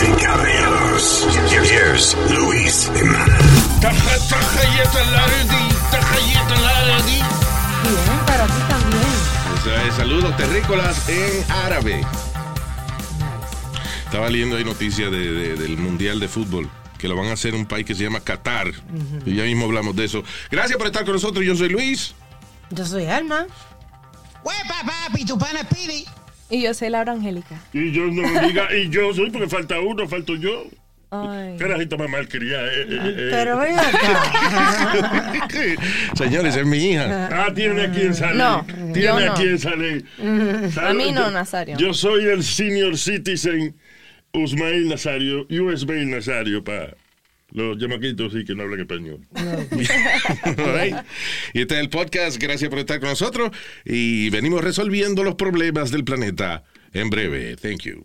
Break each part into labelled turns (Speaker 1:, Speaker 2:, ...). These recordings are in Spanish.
Speaker 1: and caballeros, here's Luis Jimenez.
Speaker 2: Bien, para ti también.
Speaker 3: Eh, Saludos terrícolas en árabe. Estaba leyendo ahí noticias de- de- del Mundial de Fútbol, que lo van a hacer en un país que se llama Qatar. Y ya mismo hablamos de eso. Gracias por estar con nosotros. Yo soy Luis.
Speaker 2: Yo soy Alma.
Speaker 4: ¡Huepa, papi! ¡Tu pana Speedy!
Speaker 5: Y yo soy Laura Angélica.
Speaker 6: Y yo no diga, y yo soy porque falta uno, falto yo.
Speaker 5: Ay.
Speaker 6: Carajita más eh, mal quería.
Speaker 2: Pero ven acá.
Speaker 3: Señores, es mi hija.
Speaker 6: Ah, tiene a quien salir.
Speaker 5: No, yo
Speaker 6: tiene a
Speaker 5: no.
Speaker 6: quien salir.
Speaker 5: A mí no,
Speaker 6: Yo-
Speaker 5: Nazario.
Speaker 6: Yo soy el senior citizen Usmail Nazario, USB Nazario, para los llamaquitos sí que no hablan español.
Speaker 3: Alright. Y este es el podcast. Gracias por estar con nosotros. Y venimos resolviendo los problemas del planeta en breve. Thank you.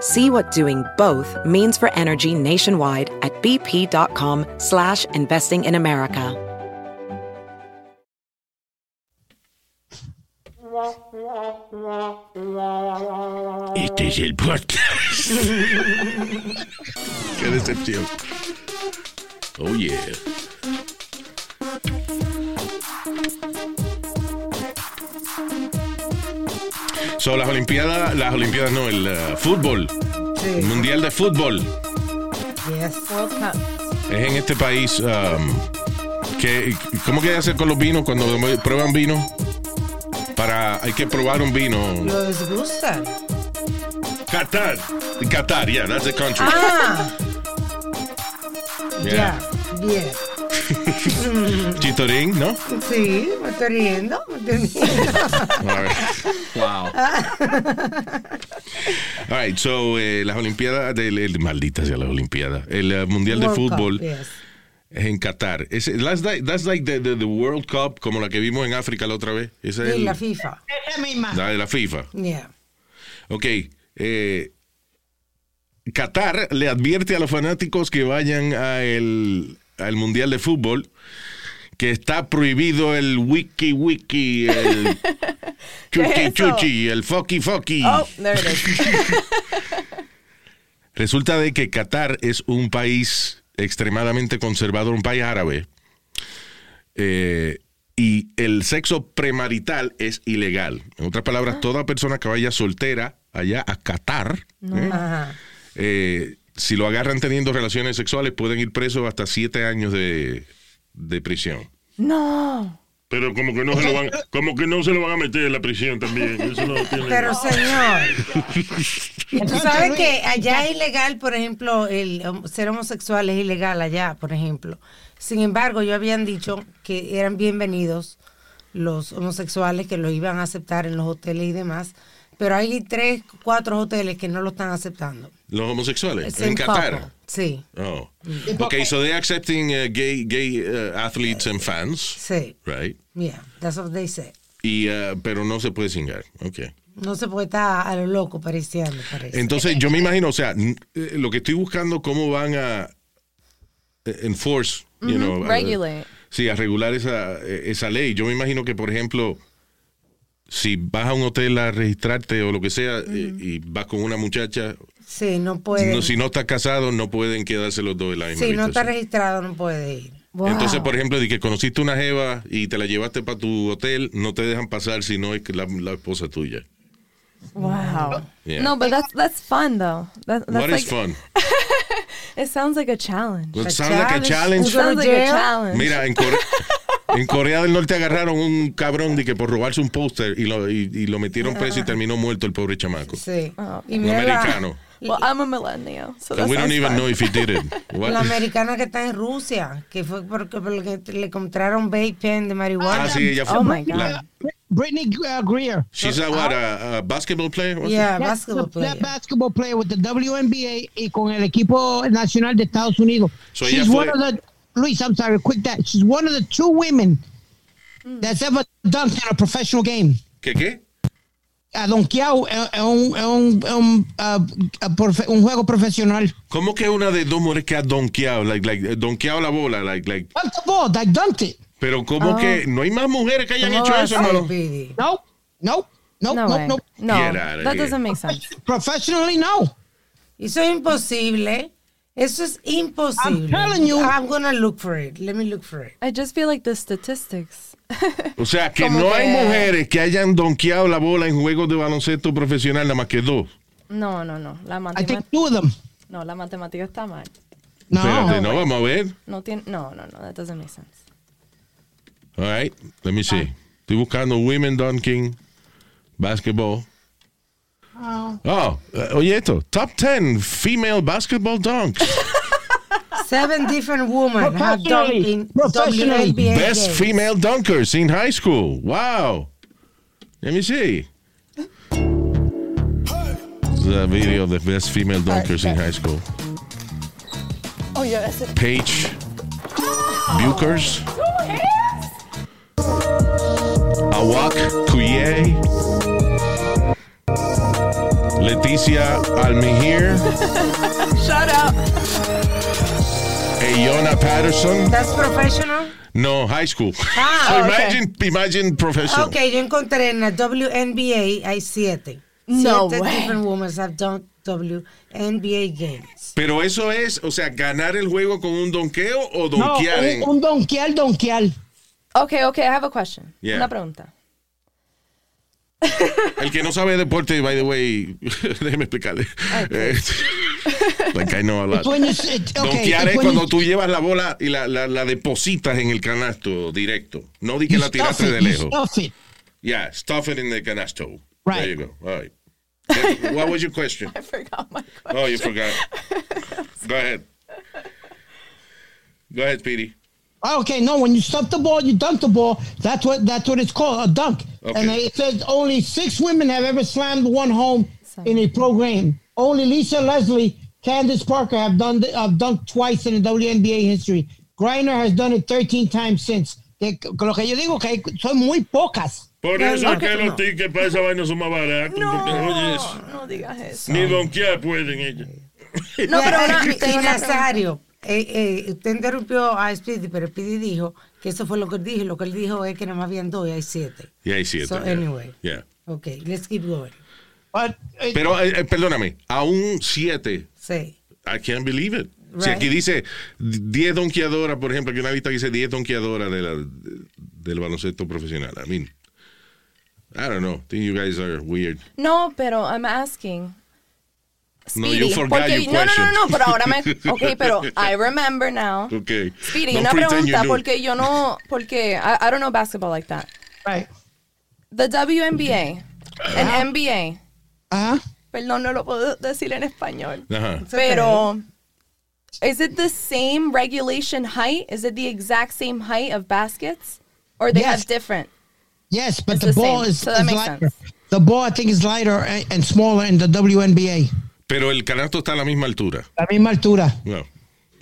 Speaker 7: See what doing both means for energy nationwide at bp.com slash investing in America.
Speaker 6: Este es el podcast.
Speaker 3: Qué decepción. Oh, yeah. So, las Olimpiadas, las Olimpiadas no, el eh, fútbol, el
Speaker 2: Sí.
Speaker 3: Mundial de Fútbol,
Speaker 2: Yes.
Speaker 3: es en este país. um, que, ¿Cómo que hacen con los vinos cuando prueban vino? Para, hay que probar un vino.
Speaker 2: Lo desgustan.
Speaker 3: Qatar. Qatar, yeah, that's the country.
Speaker 2: Ah,
Speaker 3: Yeah.
Speaker 2: ya. Bien.
Speaker 3: Chitorín, ¿no?
Speaker 2: Sí, me estoy riendo. Me estoy riendo.
Speaker 3: All right.
Speaker 4: ¡Wow!
Speaker 3: All right, so eh, las Olimpiadas, del, el- maldita sea las Olimpiadas, el eh, Mundial de
Speaker 2: World Cup,
Speaker 3: Fútbol
Speaker 2: yes.
Speaker 3: es en Qatar. Ese- that's like, that's like the, the- the World Cup, como la que vimos en África la otra vez. Esa es
Speaker 2: Y la
Speaker 3: el-
Speaker 2: FIFA.
Speaker 4: Esa misma.
Speaker 3: la de la FIFA.
Speaker 2: Yeah.
Speaker 3: Ok. eh, Qatar le advierte a los fanáticos que vayan a el- al Mundial de Fútbol que está prohibido el wiki wiki, el
Speaker 5: ¿Qué
Speaker 3: chuchi
Speaker 5: es eso?
Speaker 3: chuchi, el foki foki.
Speaker 5: Oh, there it is.
Speaker 3: Resulta de que Qatar es un país extremadamente conservador, un país árabe. Eh, y el sexo premarital es ilegal. En otras
Speaker 2: Ah.
Speaker 3: palabras, toda persona que vaya soltera allá a Qatar, ¿eh?
Speaker 2: Ajá.
Speaker 3: Eh, si lo agarran teniendo relaciones sexuales, pueden ir presos hasta siete años de, de prisión.
Speaker 5: No.
Speaker 6: Pero como que no se lo van, como que no se lo van a meter en la prisión también. Eso no tiene.
Speaker 2: Pero señor, ¿y tú
Speaker 4: Entonces,
Speaker 2: sabes
Speaker 4: Luis,
Speaker 2: que allá es ilegal, por ejemplo, el hom- ser homosexual es ilegal allá, por ejemplo. Sin embargo, yo habían dicho que eran bienvenidos los homosexuales que los iban a aceptar en los hoteles y demás, pero hay tres, cuatro hoteles que no lo están aceptando.
Speaker 3: Los homosexuales
Speaker 2: Es
Speaker 3: en
Speaker 2: en
Speaker 3: Qatar.
Speaker 2: Papa, Sí,
Speaker 3: Oh.
Speaker 2: Mm.
Speaker 3: Okay, so they're accepting uh, gay gay uh, athletes and fans,
Speaker 2: sí,
Speaker 3: right?
Speaker 2: yeah, that's what they said.
Speaker 3: Y, uh, pero no se puede singar. Okay.
Speaker 2: No se puede estar a lo loco pareciendo, parece.
Speaker 3: Entonces, yo me imagino, o sea, n- eh, lo que estoy buscando, cómo van a eh, enforce, you know, a-
Speaker 5: Regulate.
Speaker 3: sí, a regular esa, eh, esa ley. Yo me imagino que, por ejemplo, si vas a un hotel a registrarte o lo que sea eh, y vas con una muchacha
Speaker 2: Sí, no puede.
Speaker 3: No, si no está casado, no pueden quedarse los dos en la misma
Speaker 2: si no está
Speaker 3: habitación.
Speaker 2: registrado, no puede ir.
Speaker 5: Wow.
Speaker 3: Entonces, por ejemplo, de que conociste una jeva y te la llevaste para tu hotel, no te dejan pasar si no es que la, la esposa tuya.
Speaker 5: wow.
Speaker 3: Yeah.
Speaker 5: No, but that's that's fun though. That, that's
Speaker 3: What
Speaker 5: like,
Speaker 3: is fun?
Speaker 5: It sounds like a challenge.
Speaker 3: It sounds like a
Speaker 5: It
Speaker 3: challenge.
Speaker 5: sounds like a
Speaker 2: jail?
Speaker 5: challenge.
Speaker 3: Mira, en, Core- en Corea del Norte agarraron un cabrón de que por robarse un póster y lo, y, y lo metieron preso y terminó muerto el pobre chamaco.
Speaker 2: Sí. Y
Speaker 4: Ah,
Speaker 3: Un
Speaker 2: mira la-
Speaker 3: americano.
Speaker 5: Well, I'm a millennial, so
Speaker 3: So
Speaker 5: that
Speaker 3: we don't
Speaker 5: sounds
Speaker 3: even
Speaker 5: fun.
Speaker 3: know if he did it. What? Ah,
Speaker 2: La americana que está en Rusia, que fue porque, porque le encontraron vape pen de marihuana.
Speaker 3: Ah, sí, ella fue.
Speaker 5: Oh, my God.
Speaker 3: la-
Speaker 4: Brittany uh, Greer.
Speaker 3: she's a, what, a, a basketball player? What's
Speaker 2: Yeah,
Speaker 4: That-
Speaker 2: basketball
Speaker 4: that
Speaker 2: player.
Speaker 4: basketball player with the WNBA y con el equipo nacional de Estados Unidos.
Speaker 3: So
Speaker 4: She's
Speaker 3: ella
Speaker 4: one
Speaker 3: fue-
Speaker 4: of the Luis, I'm sorry, quick that she's one of the two women that's ever dunked in a professional game.
Speaker 3: it? ¿Qué qué?
Speaker 4: A donkeado es es eh, un, es un, es un, ah, a profe- un juego profesional.
Speaker 3: ¿Cómo que una de dos mujeres que ha donkeado, like, like, donkeado la bola, like, like,
Speaker 4: Dunked the ball, that dunked it.
Speaker 3: pero cómo que no hay más mujeres que hayan
Speaker 5: Ah. ¿Cómo
Speaker 3: hecho
Speaker 5: va a
Speaker 3: eso,
Speaker 5: ser?
Speaker 3: hermano?
Speaker 2: Pidi.
Speaker 4: No, no, no,
Speaker 5: No,
Speaker 4: no,
Speaker 5: way.
Speaker 4: no.
Speaker 5: no.
Speaker 3: Get outta
Speaker 5: That
Speaker 3: here.
Speaker 5: doesn't make sense.
Speaker 4: Professionally, no.
Speaker 2: Eso es imposible. Eso es imposible.
Speaker 4: I'm telling you.
Speaker 2: I'm gonna look for it. Let me look for it.
Speaker 5: I just feel like the statistics.
Speaker 3: O sea, que
Speaker 5: Como
Speaker 3: no
Speaker 5: que-
Speaker 3: hay mujeres que hayan donkeado la bola en juegos de baloncesto profesional, nada más que dos.
Speaker 5: No, no, no. La
Speaker 4: I think
Speaker 5: matemática.
Speaker 4: two of them.
Speaker 5: No, la matemática está mal.
Speaker 4: No.
Speaker 3: Espérate, no, vamos a ver.
Speaker 5: No tiene. No, no, no. That doesn't make sense.
Speaker 3: All right, let me
Speaker 5: Ah.
Speaker 3: see. Estoy buscando women dunking basketball.
Speaker 5: Ah.
Speaker 3: Oh, eh, oye esto. Top 10 female basketball dunks.
Speaker 2: Seven different women have done in
Speaker 4: Professionally.
Speaker 2: WNBA
Speaker 3: Best
Speaker 2: games.
Speaker 3: female dunkers in high school. Wow. Let me see. The video of the best female dunkers in high school.
Speaker 5: Oh yeah, that's it.
Speaker 3: Paige Bukers. Awak Kuye. Leticia Almihir.
Speaker 5: Shut up.
Speaker 3: Ayona Patterson.
Speaker 2: That's professional.
Speaker 3: No, high school.
Speaker 4: Ah,
Speaker 3: so
Speaker 5: okay.
Speaker 3: imagine, imagine professional.
Speaker 2: Ok, yo encontré en la WNBA hay siete.
Speaker 5: No
Speaker 2: siete
Speaker 5: way.
Speaker 2: different women have done WNBA games.
Speaker 3: Pero eso es, o sea, ganar el juego con un donqueo o
Speaker 4: No,
Speaker 3: donkear ¿eh? en-
Speaker 4: un, un donkear, donkear.
Speaker 5: Okay, okay. I have a question.
Speaker 3: Yeah.
Speaker 5: Una pregunta.
Speaker 3: El que no sabe deporte, by the way, déjeme explicarle. Eh, like I know a lot.
Speaker 4: It's when you s- it- okay,
Speaker 3: Donkear
Speaker 4: it's
Speaker 3: es
Speaker 4: when
Speaker 3: cuando
Speaker 4: you-
Speaker 3: tú llevas la bola y la, la, la depositas en el canasto directo. No di que
Speaker 4: You
Speaker 3: la
Speaker 4: stuff
Speaker 3: tiraste
Speaker 4: it,
Speaker 3: de
Speaker 4: you
Speaker 3: lejos.
Speaker 4: stuff it.
Speaker 3: Yeah, stuff it in the canasto. There
Speaker 4: Right.
Speaker 3: you go. All right. That- What was your question?
Speaker 5: I forgot my question.
Speaker 3: Oh, you forgot. Go ahead. Go ahead, Petey.
Speaker 4: Ah, Okay, no, when you stuff the ball, you dunk the ball. That's what that's what it's called, a dunk.
Speaker 3: Okay.
Speaker 4: And it says only six women have ever slammed one home in a pro game. Only Lisa Leslie, Candace Parker have done have dunked twice in the WNBA history. Griner has done it 13 times since. Que- que Lo que yo digo que hay- son muy pocas.
Speaker 6: Por
Speaker 2: No,
Speaker 6: eso
Speaker 2: no,
Speaker 6: es que
Speaker 2: no.
Speaker 6: los tickets para esa vaina son más baratos. porque, oye, es-
Speaker 5: No digas eso.
Speaker 3: Ah.
Speaker 6: ni donkear pueden ellos.
Speaker 5: No, pero ahora
Speaker 2: Y Nazario, eh, eh, usted interrumpió a Speedy, pero Speedy dijo que eso fue lo que él dijo. y Lo que él dijo es que nada más habían dos y hay siete.
Speaker 3: Yeah, I see it.
Speaker 2: So
Speaker 3: yeah.
Speaker 2: anyway.
Speaker 3: Yeah.
Speaker 2: Ok, let's keep going.
Speaker 4: But it-
Speaker 3: Pero eh, eh, perdóname, a un 7
Speaker 2: Sí.
Speaker 3: I can't believe it. Si
Speaker 2: Right.
Speaker 3: aquí dice 10 donkeadoras, por ejemplo, que una lista que dice 10 donkeadoras de la- de- del baloncesto profesional. I mean, I don't know. think you guys are weird.
Speaker 5: No, pero I'm asking.
Speaker 3: No,
Speaker 5: Speedy,
Speaker 3: you forgot
Speaker 5: porque-
Speaker 3: your
Speaker 5: no, no, no, no,
Speaker 3: question.
Speaker 5: pero ahora me. Ok, pero I remember now.
Speaker 3: Okay.
Speaker 5: Speedy,
Speaker 3: Don't
Speaker 5: una
Speaker 3: pretend you
Speaker 5: pregunta,
Speaker 3: do.
Speaker 5: porque yo no. Porque I, I don't know basketball like that.
Speaker 4: right.
Speaker 5: The WNBA
Speaker 3: Ah.
Speaker 5: and NBA.
Speaker 4: Uh-huh.
Speaker 5: Perdón, no lo puedo decir en español.
Speaker 3: Ajá.
Speaker 5: Pero. Is it the same regulation height? Is it the exact same height of baskets? Or they
Speaker 4: Yes.
Speaker 5: have different?
Speaker 4: Yes, but
Speaker 5: It's
Speaker 4: the
Speaker 5: the
Speaker 4: ball
Speaker 5: same,
Speaker 4: is,
Speaker 5: so that
Speaker 4: is
Speaker 5: makes
Speaker 4: lighter.
Speaker 5: sense.
Speaker 4: The ball I think is lighter and, and smaller in the WNBA.
Speaker 3: Pero el canasto está a la misma altura.
Speaker 4: La misma altura.
Speaker 3: No.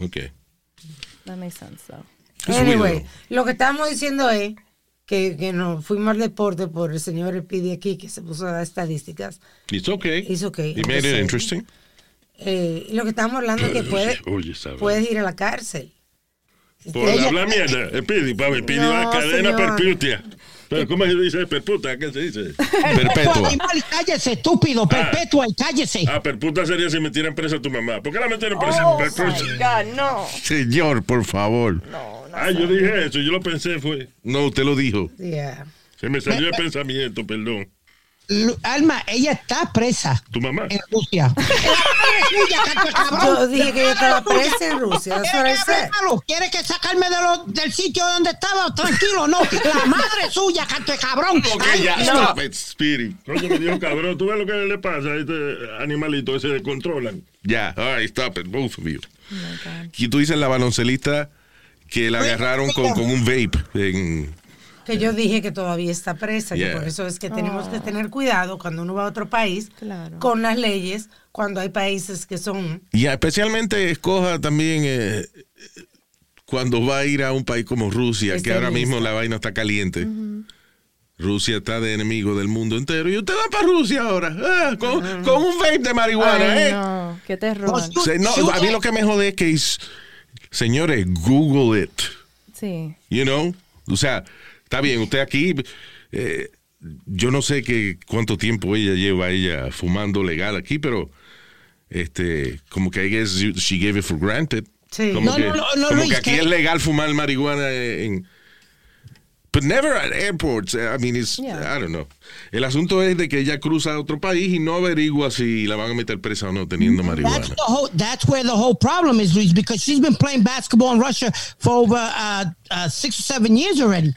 Speaker 3: Okay.
Speaker 5: That makes sense, though.
Speaker 3: It's
Speaker 2: Anyway,
Speaker 3: weird, though.
Speaker 2: lo que estamos diciendo es que, que nos fuimos al deporte por el señor Speedy aquí, que se puso a dar estadísticas.
Speaker 3: It's okay.
Speaker 2: It's okay.
Speaker 3: You made it
Speaker 2: Okay.
Speaker 3: interesting.
Speaker 2: Eh, y lo que estamos hablando es que puede,
Speaker 6: Oye, sabe.
Speaker 2: puedes ir a la cárcel.
Speaker 6: Por hablar mierda. Eh, Pidi, papi, Pidi
Speaker 2: No,
Speaker 6: va a cadena
Speaker 2: señor.
Speaker 6: perpetua. Pero ¿cómo se dice perputa? ¿Qué se dice?
Speaker 3: Perpetua.
Speaker 4: animal y cállese, estúpido, perpetua y cállese.
Speaker 6: Ah, perputa sería si metieran presa a tu mamá. ¿Por qué la metieron presa?
Speaker 5: Oh my
Speaker 6: Perputa.
Speaker 5: God, no.
Speaker 3: Señor, por favor.
Speaker 5: No, no.
Speaker 6: Ah, yo dije eso, yo lo pensé fue.
Speaker 3: No, usted lo dijo.
Speaker 2: Yeah.
Speaker 6: Se me salió el pensamiento, perdón.
Speaker 4: Lu- Alma, ella está presa
Speaker 6: ¿Tu mamá?
Speaker 5: Eh,
Speaker 4: en Rusia. Ella es suya, cacho, cabrón.
Speaker 2: Yo dije que yo estaba presa en Rusia. That's what I
Speaker 4: ¿Quieres que,
Speaker 2: said.
Speaker 4: abrázalo? ¿Quieres que sacarme de lo- del sitio donde estaba? Tranquilo, no. La madre suya, canto de cabrón.
Speaker 3: Ok,
Speaker 4: Ay,
Speaker 3: ya, stop it, Spirit.
Speaker 6: Coño, me dijo cabrón, tú ves lo que le pasa a este animalito, se descontrolan.
Speaker 3: Ya, all right, stop it, both of you. y tú dices la baloncelista que la agarraron con, con un vape. en-
Speaker 2: Que yo dije que todavía está presa. que
Speaker 3: Yeah.
Speaker 2: por eso es que tenemos que tener cuidado cuando uno va a otro país
Speaker 5: Claro.
Speaker 2: con las leyes, cuando hay países que son.
Speaker 3: y especialmente escoja también eh, cuando va a ir a un país como Rusia,
Speaker 2: Está
Speaker 3: que ahora
Speaker 2: lista.
Speaker 3: mismo la vaina está caliente. Rusia está de enemigo del mundo entero. Y usted va para Rusia ahora, ah, con, con un vape de marihuana.
Speaker 5: Ay,
Speaker 3: ¿eh?
Speaker 5: no. Qué terror.
Speaker 4: Los-
Speaker 3: Se- no, a mí lo que me jode es que es- señores, Google it.
Speaker 5: Sí.
Speaker 3: You know? O sea, está bien, usted aquí. eh, yo no sé qué cuánto tiempo ella lleva ella fumando legal aquí, pero este, como que I guess you- she gave it for granted.
Speaker 2: Sí.
Speaker 3: Como,
Speaker 4: No,
Speaker 3: que,
Speaker 4: no, no, no,
Speaker 3: como
Speaker 4: Luis,
Speaker 3: que aquí
Speaker 4: que-
Speaker 3: es legal fumar marihuana en. But never at airports. eh, I mean, it's,
Speaker 5: Yeah.
Speaker 3: I don't know. El asunto es de que ella cruza a otro país y no averigua si la van a meter presa o no teniendo
Speaker 4: That's
Speaker 3: marihuana.
Speaker 4: the whole. That's where the whole problem is, Luis, because she's been playing basketball in Russia for over uh, uh, six or seven years already.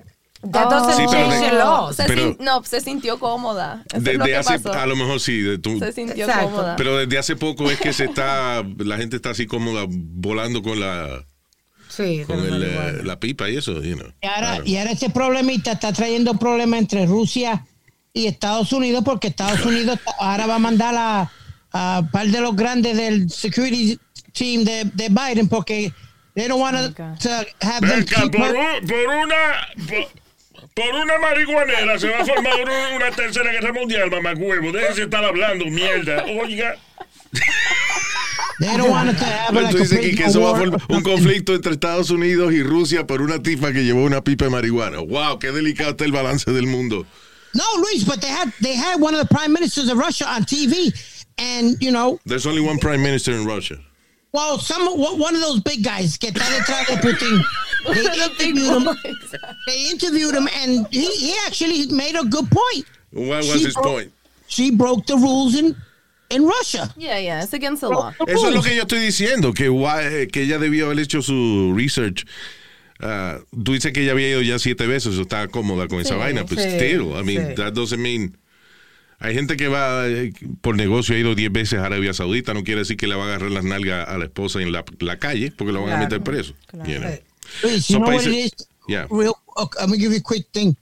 Speaker 2: That doesn't
Speaker 3: Sí, pero
Speaker 2: change
Speaker 3: de-
Speaker 2: the laws.
Speaker 5: Se
Speaker 3: pero-
Speaker 5: sin- no, se sintió cómoda. Eso
Speaker 3: De-
Speaker 5: es lo
Speaker 3: de
Speaker 5: que
Speaker 3: hace-
Speaker 5: pasó.
Speaker 3: a lo mejor sí, de tu,
Speaker 5: Se sintió
Speaker 2: Exacto.
Speaker 5: cómoda.
Speaker 3: Pero desde hace poco es que se está, la gente está así cómoda volando con la,
Speaker 2: Sí,
Speaker 3: con
Speaker 2: de la
Speaker 3: el,
Speaker 2: marihuana.
Speaker 3: eh, la pipa y eso, you know.
Speaker 4: Y ahora,
Speaker 3: Claro.
Speaker 4: y ahora ese problemita está trayendo problemas entre Rusia y Estados Unidos, porque Estados Unidos ahora va a mandar a, a par de los grandes del security team de, de Biden, porque they don't want
Speaker 5: God.
Speaker 4: to have
Speaker 6: Venga,
Speaker 4: them keep
Speaker 6: por,
Speaker 4: her-
Speaker 6: un- por una. Por, por una marihuanera se va a formar un- una tercera guerra mundial, mamá huevo. Déjense estar hablando, mierda. Oiga,
Speaker 4: they don't want to have
Speaker 3: Pero
Speaker 4: like
Speaker 3: tú
Speaker 4: a
Speaker 3: dices que, que
Speaker 4: prisoner
Speaker 3: eso va a
Speaker 4: war
Speaker 3: formar
Speaker 4: or
Speaker 3: un
Speaker 4: something.
Speaker 3: conflicto entre Estados Unidos y Rusia por una tipa que llevó una pipa de marihuana. ¡Wow! ¡Qué delicado está el balance del mundo!
Speaker 4: No, Luis, but they had they had one of the prime ministers of Russia on TV, and you know,
Speaker 3: There's only one prime minister in Russia.
Speaker 4: well, some one of those big guys get that detrás de Putin. They interviewed him. They interviewed him, and he, he actually made a good point.
Speaker 3: What was
Speaker 4: She
Speaker 3: his
Speaker 4: broke-
Speaker 3: point?
Speaker 4: She broke the rules in in Russia.
Speaker 5: Yeah, yeah, it's against the law.
Speaker 3: Eso es lo que yo estoy diciendo, que, why- que ella debió haber hecho su research. Ah, tú dices que ella había ido ya siete veces, o estaba cómoda con esa vaina, pues
Speaker 2: sí,
Speaker 3: still, I mean,
Speaker 2: sí.
Speaker 3: that doesn't mean... Hay gente que va eh, por negocio, ha ido diez veces a Arabia Saudita, no quiere decir que le va a agarrar las nalgas a la esposa en la, la calle, porque lo van a
Speaker 2: Claro,
Speaker 3: meter preso. you know.
Speaker 2: Sí.
Speaker 4: Luis, you
Speaker 3: Some
Speaker 4: know what it
Speaker 3: places-
Speaker 4: is?
Speaker 3: Yeah.
Speaker 4: Real, okay, I'm gonna give you a quick thing.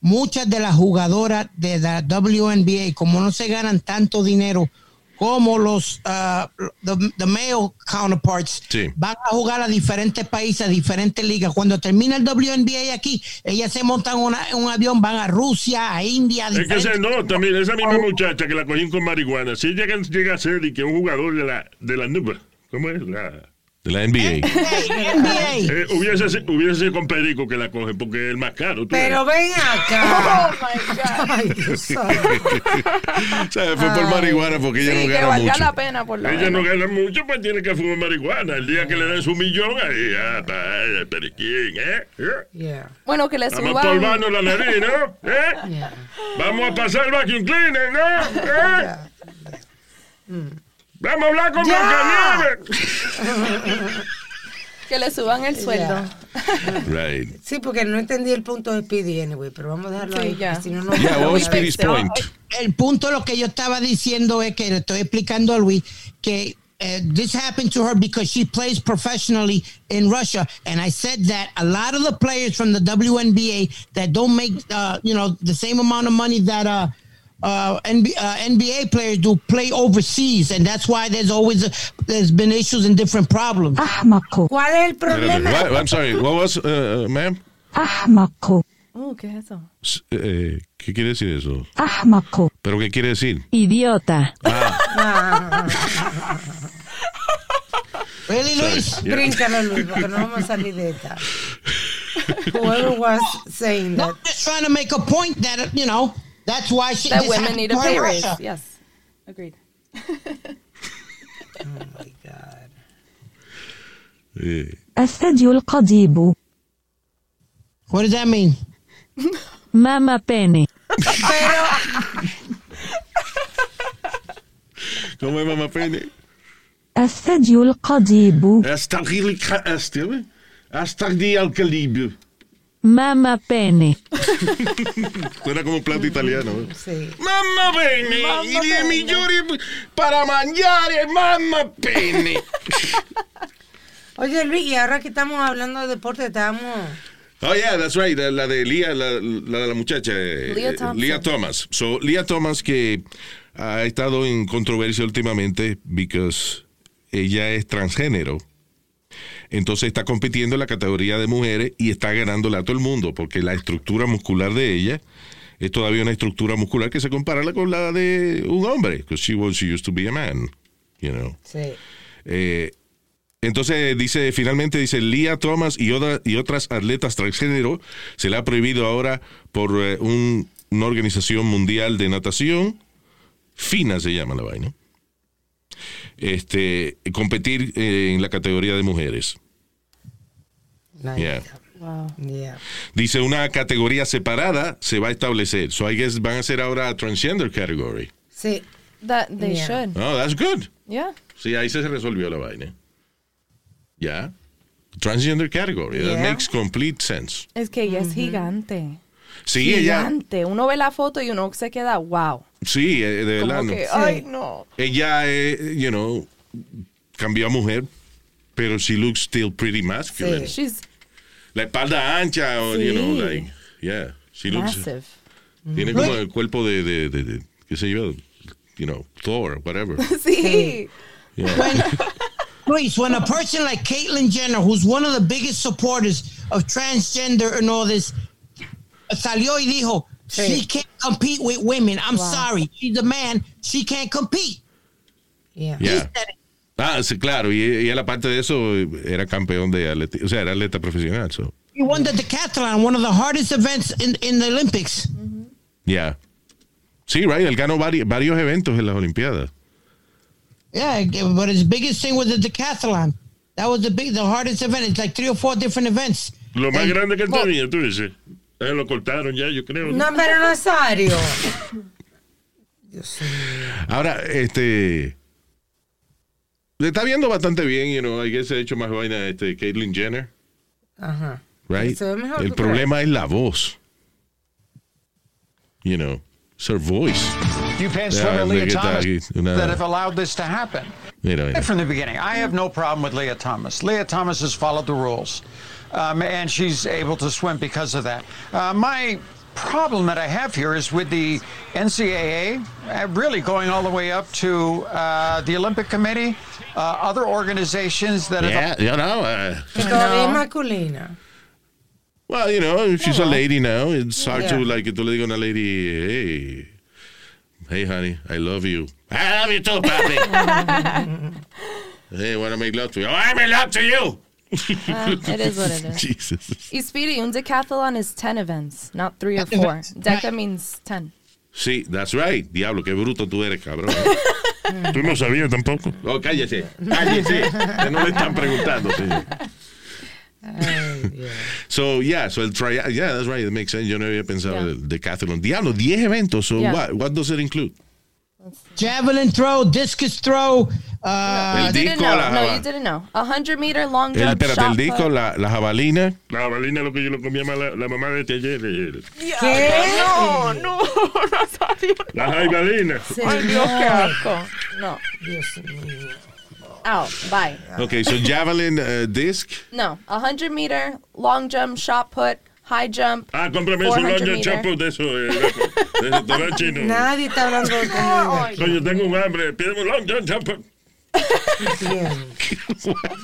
Speaker 4: Muchas de las jugadoras de la WNBA, como no se ganan tanto dinero como los ah, the, the male counterparts,
Speaker 3: Sí.
Speaker 4: van a jugar a diferentes países, a diferentes ligas. Cuando termina el WNBA aquí, ellas se montan una- en un avión, van a Rusia, a India, a
Speaker 6: es que se
Speaker 4: diferentes-
Speaker 6: nota, mira, esa
Speaker 2: Oh.
Speaker 6: misma muchacha que la cogí con marihuana. Si llega, llega a ser y que un jugador de la, de la nube, ¿cómo es? La,
Speaker 3: De la NBA.
Speaker 4: NBA.
Speaker 6: eh, hubiese, sido- hubiese sido con Perico que la coge, porque es el más caro. tú
Speaker 2: Pero
Speaker 6: sabes.
Speaker 2: ven
Speaker 5: Oh
Speaker 2: acá.
Speaker 5: my God.
Speaker 2: Ay, Dios santo.
Speaker 3: O sea, fue por marihuana porque ella
Speaker 5: Sí,
Speaker 3: no
Speaker 5: que
Speaker 3: gana
Speaker 5: valga
Speaker 3: mucho.
Speaker 5: la pena por lo
Speaker 6: Ella no
Speaker 5: menos.
Speaker 6: gana mucho, pues tiene que fumar marihuana. El día que le den su millón, ahí, ah, para, periquín, ¿eh? ¿Eh?
Speaker 2: Yeah,
Speaker 5: Bueno, que le
Speaker 6: Vamos polvando
Speaker 5: suban.
Speaker 6: la nariz, ¿no? ¿Eh?
Speaker 2: yeah.
Speaker 6: Vamos a pasar el vacuum cleaner, ¿no? ¿Eh? Vamos a hablar con Blancanieves.
Speaker 5: Que le suban el sueldo.
Speaker 3: Right.
Speaker 2: Sí, porque no entendí el punto de Speedy anyway, pero vamos a dejarlo
Speaker 5: Sí,
Speaker 2: ahí.
Speaker 5: ya.
Speaker 2: porque Si no, no
Speaker 3: Yeah, what
Speaker 2: no
Speaker 3: was
Speaker 2: voy a-
Speaker 3: Speedy's point?
Speaker 4: el punto lo que yo estaba diciendo es que le estoy explicando a Luis que eh, this happened to her because she plays professionally in Russia, and I said that a lot of the players from the WNBA that don't make uh, you know the same amount of money that uh, uh, NB, uh, NBA players do play overseas, and that's why there's always a, there's been issues and different problems.
Speaker 5: Ah.
Speaker 2: ¿Cuál es el
Speaker 3: Espérate.
Speaker 2: problema?
Speaker 3: What- I'm sorry, what was, uh, ma'am?
Speaker 5: Uh, ¿qué es eso?
Speaker 3: S- eh, ¿Qué quiere decir eso? ¿Pero qué quiere decir?
Speaker 4: Really, Luis?
Speaker 2: Ah,
Speaker 3: Yeah.
Speaker 2: Bríncalo, Luis, porque no vamos a salir de esta. Whoever was saying
Speaker 4: No,
Speaker 2: that.
Speaker 4: I'm just trying to make a point that you know that's why she,
Speaker 5: that
Speaker 4: this
Speaker 5: women
Speaker 4: happened
Speaker 5: need a
Speaker 4: to her in
Speaker 5: pay raise.
Speaker 4: Russia.
Speaker 5: Yes, agreed.
Speaker 3: eh,
Speaker 8: أثدي القضيب
Speaker 4: What does that mean?
Speaker 8: ماما بيني
Speaker 3: ¿Cómo es mamá pene?
Speaker 8: أثدي القضيب
Speaker 3: Hasta el hasta hasta el día al calibre.
Speaker 8: ماما بيني
Speaker 3: Suena como un plato italiano. ¿eh?
Speaker 2: Sí.
Speaker 3: Mamma pene, i miei migliori para mangiare, mamma pene.
Speaker 2: Oye, Luis, y ahora que estamos hablando de deporte, estamos.
Speaker 3: Oh yeah, that's right. La, la de Lia, la, la de la muchacha. eh,
Speaker 5: Leah
Speaker 3: eh,
Speaker 5: Thompson.
Speaker 3: Leah Thomas. So Lia Thomas que ha estado en controversia últimamente because ella es transgénero. Entonces está compitiendo en la categoría de mujeres y está ganándole a todo el mundo porque la estructura muscular de ella es todavía una estructura muscular que se compara con la de un hombre. Because she was she used to be a man, you know.
Speaker 2: Sí.
Speaker 3: Eh, entonces dice, finalmente dice, Lia Thomas y, otra- y otras atletas transgénero se le ha prohibido ahora por eh, un- una organización mundial de natación, FINA se llama la vaina, este, competir eh, en la categoría de mujeres.
Speaker 2: Nice.
Speaker 3: Yeah.
Speaker 5: Wow.
Speaker 2: Yeah.
Speaker 3: Dice, una categoría separada se va a establecer. So I guess van a ser ahora transgender category.
Speaker 2: Sí.
Speaker 5: That they
Speaker 2: Yeah.
Speaker 5: should.
Speaker 3: Oh, that's good.
Speaker 5: Yeah.
Speaker 3: Sí, ahí se resolvió la vaina. Ya. Transgender category. That
Speaker 2: Yeah.
Speaker 3: makes complete sense.
Speaker 5: Es que ella es gigante.
Speaker 3: Sí, ella.
Speaker 5: Gigante. Uno ve la foto y uno se queda wow.
Speaker 3: Sí, eh, de verdad.
Speaker 5: Como
Speaker 3: no.
Speaker 5: que, Ah. ay, no.
Speaker 3: Ella, eh, you know, cambió a mujer, pero she looks still pretty masculine.
Speaker 2: Sí.
Speaker 5: She's
Speaker 3: La espalda ancha, or, you know,
Speaker 5: Sí.
Speaker 3: like, yeah. She looks,
Speaker 5: massive. Mm-hmm.
Speaker 3: tiene como el cuerpo de, de, de, de- qué sé yo, you know, Thor, whatever.
Speaker 5: Sí.
Speaker 4: Luis, when a person like Caitlyn Jenner, who's one of the biggest supporters of transgender and all this, salió y dijo, she can't compete with women. I'm sorry. She's a man. She can't compete.
Speaker 2: Yeah.
Speaker 3: Yeah. Ah, sí, claro, y, y él, aparte de eso, era campeón de atleti, o sea, era atleta profesional, so,
Speaker 4: He won the decathlon, one of the hardest events in, in the Olympics.
Speaker 3: yeah. Sí, right, él ganó vari- varios eventos en las Olimpiadas.
Speaker 4: Yeah, but his biggest thing was the decathlon. That was the big, the hardest event. It's like three or four different events.
Speaker 6: Lo más grande que él tenía, tú dices. Eh, lo cortaron ya, yo creo.
Speaker 2: No, pero Nazario. Dios mío.
Speaker 3: Ahora, este. Le está viendo bastante bien, you know. I guess ha hecho más vaina este Caitlyn Jenner,
Speaker 2: Ajá.
Speaker 3: right?
Speaker 2: Se ve mejor,
Speaker 3: El
Speaker 2: ¿tú
Speaker 3: problema es la voz. You know, it's her voice.
Speaker 9: You pants
Speaker 3: Yeah,
Speaker 9: swimmer
Speaker 3: they
Speaker 9: Leah
Speaker 3: get that,
Speaker 9: Thomas
Speaker 3: you know.
Speaker 9: that have allowed this to happen.
Speaker 3: Mira, mira.
Speaker 9: Right from the beginning, I have no problem with Leah Thomas. Leah Thomas has followed the rules, um, and she's able to swim because of that. Uh, my problem that I have here is with the NCAA, uh, really going all the way up to uh, the Olympic Committee, uh, other organizations that have
Speaker 3: Yeah, you know. uh,
Speaker 2: Que todavía es masculina.
Speaker 3: well, you know, she's
Speaker 5: Oh,
Speaker 3: a lady now. It's hard to,
Speaker 2: Yeah.
Speaker 3: like, tú le digas a una lady, hey, hey, honey, I love you. I love you too, papi. hey, want to make love to you? I make love to you.
Speaker 5: Ah, It is what it is.
Speaker 3: Jesus.
Speaker 5: Y Speedy, un decathlon is 10 events, not three or four. Deca means 10.
Speaker 3: Sí, that's right. Diablo, qué bruto tú eres, cabrón.
Speaker 6: Tú no sabías tampoco.
Speaker 3: Oh, cállese, cállese. que no le están preguntando, señor. So, yeah, so el trial, yeah, that's right, it makes sense. Yo no había pensado
Speaker 5: Yeah.
Speaker 3: el decathlon. Diablo, 10 eventos, so
Speaker 5: Yeah.
Speaker 3: what, what does it include?
Speaker 4: Javelin throw, discus throw, uh,
Speaker 3: el
Speaker 5: You didn't
Speaker 3: disco,
Speaker 5: know.
Speaker 3: la
Speaker 5: No,
Speaker 3: java-
Speaker 5: you didn't know. A 100 meter long
Speaker 3: el,
Speaker 5: jump,
Speaker 3: espérate, el
Speaker 5: shot
Speaker 3: disco,
Speaker 5: put.
Speaker 3: la, la jabalina.
Speaker 6: La jabalina lo que yo lo comía más la, la mamá de este ayer. eh,
Speaker 2: ¿Qué?
Speaker 5: No, Oh, no, Nazario.
Speaker 6: La jabalina.
Speaker 5: Ay, Dios, qué asco. No.
Speaker 2: Dios mío.
Speaker 5: Out. Bye.
Speaker 3: Okay, so javelin, uh, disc.
Speaker 5: No. A 100 meter long jump, shot put, high jump.
Speaker 6: Ah, cómprame su
Speaker 5: 400
Speaker 6: lonja
Speaker 5: meter.
Speaker 6: chapo de eso, eh, loco. De restaurante chino.
Speaker 2: Nadie está hablando de comida.
Speaker 6: Coño, tengo un hambre. Pídeme un long john chapo.
Speaker 2: Bien.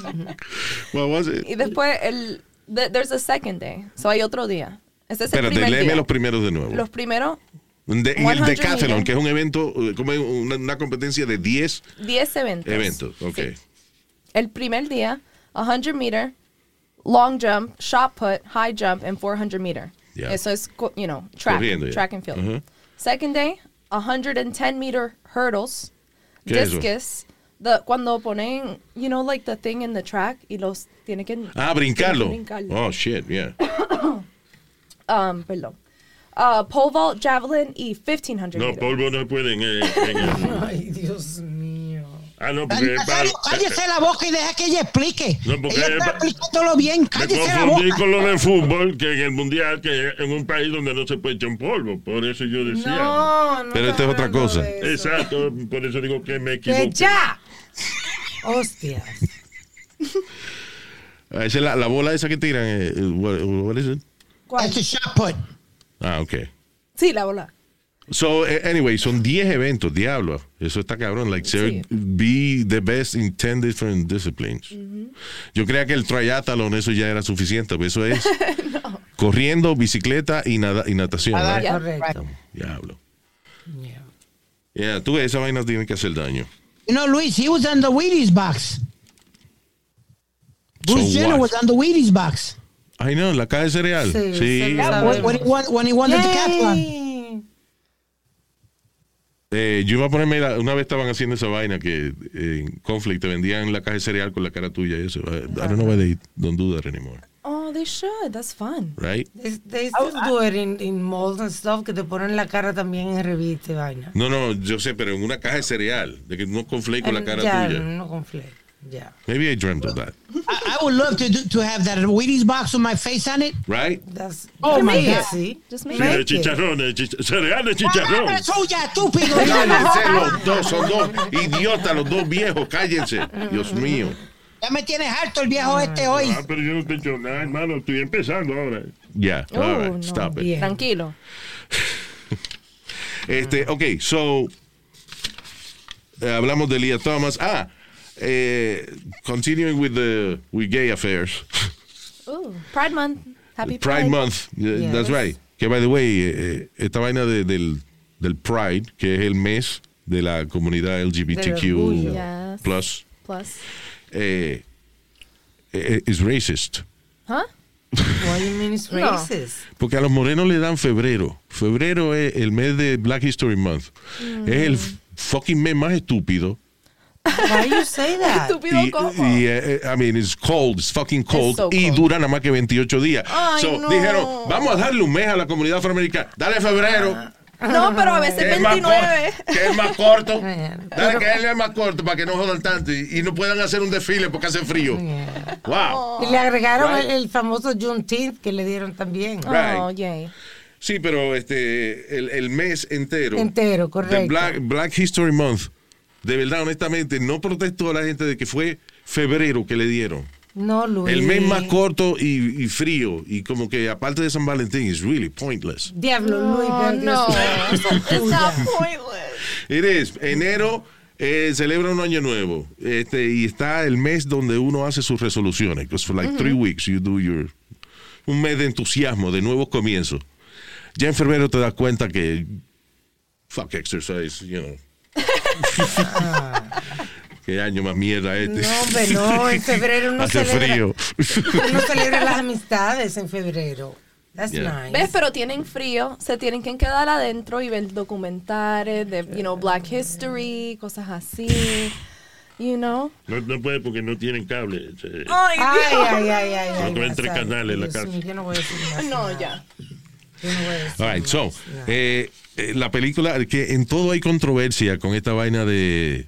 Speaker 3: What was it?
Speaker 5: Y después, el, th- there's a second day. So hay otro día. Ese es el
Speaker 3: Espérate,
Speaker 5: primer
Speaker 3: léeme
Speaker 5: día.
Speaker 3: los primeros de nuevo.
Speaker 5: Los primeros
Speaker 3: De- en el
Speaker 5: 100
Speaker 3: decathlon,
Speaker 5: meters.
Speaker 3: que es un evento, eh, como una, una competencia de 10
Speaker 5: 10 eventos.
Speaker 3: eventos. Okay.
Speaker 5: El primer día, 100 meter, long jump, shot put, high jump, and 400 meter.
Speaker 3: Yeah.
Speaker 5: And so it's co- you know track,
Speaker 3: Corriendo, yeah.
Speaker 5: track and field.
Speaker 3: Ujú.
Speaker 5: Second day, 110 meter hurdles,
Speaker 3: ¿Qué es eso?
Speaker 5: discus. The cuando ponen, you know, like the thing in the track y los tienen que
Speaker 3: Ah, brincarlo.
Speaker 5: tienen que brincarlo.
Speaker 3: Oh, shit, yeah.
Speaker 5: Um,
Speaker 3: Oh.
Speaker 5: perdón. Uh, pole vault, javelin y 1500
Speaker 6: No,
Speaker 5: meters.
Speaker 6: polvo no pueden. eh, en el-
Speaker 2: Ay, Dios mío.
Speaker 6: ah, no, porque es para-
Speaker 4: Nazario, cállese la boca y deja que ella explique.
Speaker 6: No, porque
Speaker 4: ella
Speaker 6: es
Speaker 4: está
Speaker 6: pa-
Speaker 4: explicándolo bien.
Speaker 6: Me
Speaker 4: Cállese la
Speaker 6: confundí
Speaker 4: boca.
Speaker 6: con lo de fútbol, que en el mundial, que en un país donde no se puede echar un polvo. Por eso yo decía.
Speaker 2: No, no.
Speaker 3: Pero esta es otra cosa.
Speaker 6: Exacto, por eso digo que me
Speaker 2: Que
Speaker 6: equivoqué.
Speaker 2: ya. Hostia.
Speaker 3: Ah, Esa es la, la bola esa que tiran. eh, what, what is it?
Speaker 4: That's a shot put.
Speaker 3: Ah, ok.
Speaker 5: Sí, la bola.
Speaker 3: So, eh, anyway, son 10 eventos, diablo. Eso está cabrón. Like, ser-
Speaker 5: Sí.
Speaker 3: be the best in 10 different disciplines. Yo creía que el triathlon, eso ya era suficiente. pero Eso es corriendo, bicicleta y, nada, y natación.
Speaker 4: Nadar,
Speaker 3: right?
Speaker 5: Yeah.
Speaker 4: correcto.
Speaker 3: Diablo. Yeah, tú ves, esa vaina tiene que hacer daño.
Speaker 4: You know, Luis, he was on the Wheaties box.
Speaker 3: So
Speaker 4: Bruce Jenner
Speaker 3: what?
Speaker 4: was on the Wheaties box
Speaker 3: Ay, no, la caja de cereal.
Speaker 2: Sí,
Speaker 3: Sí.
Speaker 2: cereal. Ah,
Speaker 4: when, when he won, when he won the decathlon.
Speaker 2: Yay.
Speaker 3: Eh, yo iba a ponerme, la- una vez estaban haciendo esa vaina que eh, en Conflict te vendían la caja de cereal con la cara tuya y eso. I, I don't know why they don't do that anymore,
Speaker 5: Oh, they should. That's fun.
Speaker 3: right?
Speaker 2: They, they still do it este in, in malls and stuff, que te ponen la cara también en revista y vaina.
Speaker 3: No, no, yo sé, pero en una caja de cereal, de que no Conflict con la
Speaker 2: And
Speaker 3: cara
Speaker 2: Mm, ya,
Speaker 3: tuya.
Speaker 2: no conflicto. Ya.
Speaker 3: Maybe I dreamt of that,
Speaker 4: I, I would love to do, to have that Wheaties box with my face on it.
Speaker 3: right?
Speaker 2: That's,
Speaker 4: Oh,
Speaker 2: that's
Speaker 4: my
Speaker 2: it,
Speaker 4: God.
Speaker 2: Sí.
Speaker 5: Just make
Speaker 6: Sí, de
Speaker 5: it.
Speaker 6: chicharrón, de chich- cereal de
Speaker 4: ¡Ah,
Speaker 6: chicharrón.
Speaker 4: pero es suya, estúpido!
Speaker 3: Cállense los dos, son dos idiotas, los dos viejos, cállense. Dios mío.
Speaker 4: Ya me tienes harto el viejo este hoy.
Speaker 6: Ah, pero yo no te he hecho nada, hermano. Estoy empezando ahora.
Speaker 3: Yeah, all right,
Speaker 5: Oh, no.
Speaker 3: stop it.
Speaker 2: Bien.
Speaker 5: Tranquilo.
Speaker 3: Este, ok, so eh, hablamos de Leah Thomas. Ah, eh, continuing with the with gay affairs.
Speaker 5: Ooh, Oh, Pride Month. Happy
Speaker 3: Pride, Month, yeah,
Speaker 2: Yes.
Speaker 3: that's right. Que by the way, eh, eh, esta vaina de- del, del Pride, que es el mes de la comunidad
Speaker 2: Del orgullo.
Speaker 3: LGBTQ
Speaker 5: Yes.
Speaker 3: plus,
Speaker 5: Plus.
Speaker 3: eh, eh, es racist.
Speaker 5: Huh?
Speaker 2: Why you mean it's
Speaker 5: No.
Speaker 2: racist?
Speaker 3: Porque a los morenos le dan febrero. Febrero es el mes de Black History Month. Es el
Speaker 2: Mm.
Speaker 3: fucking mes más estúpido.
Speaker 2: Why you say that?
Speaker 5: Estúpido
Speaker 3: y,
Speaker 5: como.
Speaker 3: y, eh, I mean, it's cold, it's fucking cold.
Speaker 5: It's so
Speaker 3: y
Speaker 5: cold.
Speaker 3: dura nada más que 28 días.
Speaker 5: Ay,
Speaker 3: so,
Speaker 5: no.
Speaker 3: dijeron, vamos a darle un mes a la comunidad afroamericana. Dale febrero.
Speaker 5: No, pero a veces
Speaker 3: que es más
Speaker 5: 29.
Speaker 3: cor- que es más corto.
Speaker 2: Bueno.
Speaker 3: Dale que él es más corto para que no jodan tanto y, y no puedan hacer un desfile porque hace frío.
Speaker 2: Yeah.
Speaker 3: Wow.
Speaker 2: Y le agregaron
Speaker 3: Right.
Speaker 2: el, el famoso Juneteenth que le dieron también.
Speaker 3: Right.
Speaker 5: Oh, yay.
Speaker 3: Sí, pero este el, el mes entero.
Speaker 2: Entero, correcto.
Speaker 3: De Black, Black History Month. De verdad, honestamente, no protestó la gente de que fue febrero que le dieron.
Speaker 2: No, Luis.
Speaker 3: El mes más corto y, y frío. Y como que aparte de San Valentín, it's really pointless.
Speaker 2: Diablo, Luis.
Speaker 5: Oh,
Speaker 2: pero
Speaker 5: no.
Speaker 2: Dios mío, cosa
Speaker 5: It's not
Speaker 2: tuya.
Speaker 5: pointless.
Speaker 3: It is. Enero eh, celebra un año nuevo. Este, y está el mes donde uno hace sus resoluciones. Because for like three weeks you do your. Un mes de entusiasmo, de nuevos comienzos. Ya en febrero te das cuenta que. Fuck exercise, you know. Qué año más mierda este.
Speaker 2: No, hombre, no, en febrero no
Speaker 3: Hace
Speaker 2: celebra.
Speaker 3: frío.
Speaker 2: Uno celebra las amistades en febrero. That's
Speaker 3: Yeah.
Speaker 2: nice.
Speaker 5: ¿Ves? Pero tienen frío, se tienen que quedar adentro y ver documentales de, you know, Black History, cosas así. You know?
Speaker 6: No, no puede porque no tienen cable.
Speaker 3: este.
Speaker 6: eh,
Speaker 5: Ay,
Speaker 2: Ay,
Speaker 5: Dios.
Speaker 2: ay, ay, ay. ay,
Speaker 6: Cuando entre
Speaker 2: Nazario,
Speaker 6: canales la
Speaker 2: Dios
Speaker 6: casa.
Speaker 2: mío, Yo no voy a decir más
Speaker 5: No,
Speaker 2: nada.
Speaker 5: ya.
Speaker 2: Yo no voy a decir
Speaker 3: All right,
Speaker 2: más
Speaker 3: so,
Speaker 2: nada.
Speaker 3: eh, eh, la película, que en todo hay controversia con esta vaina de,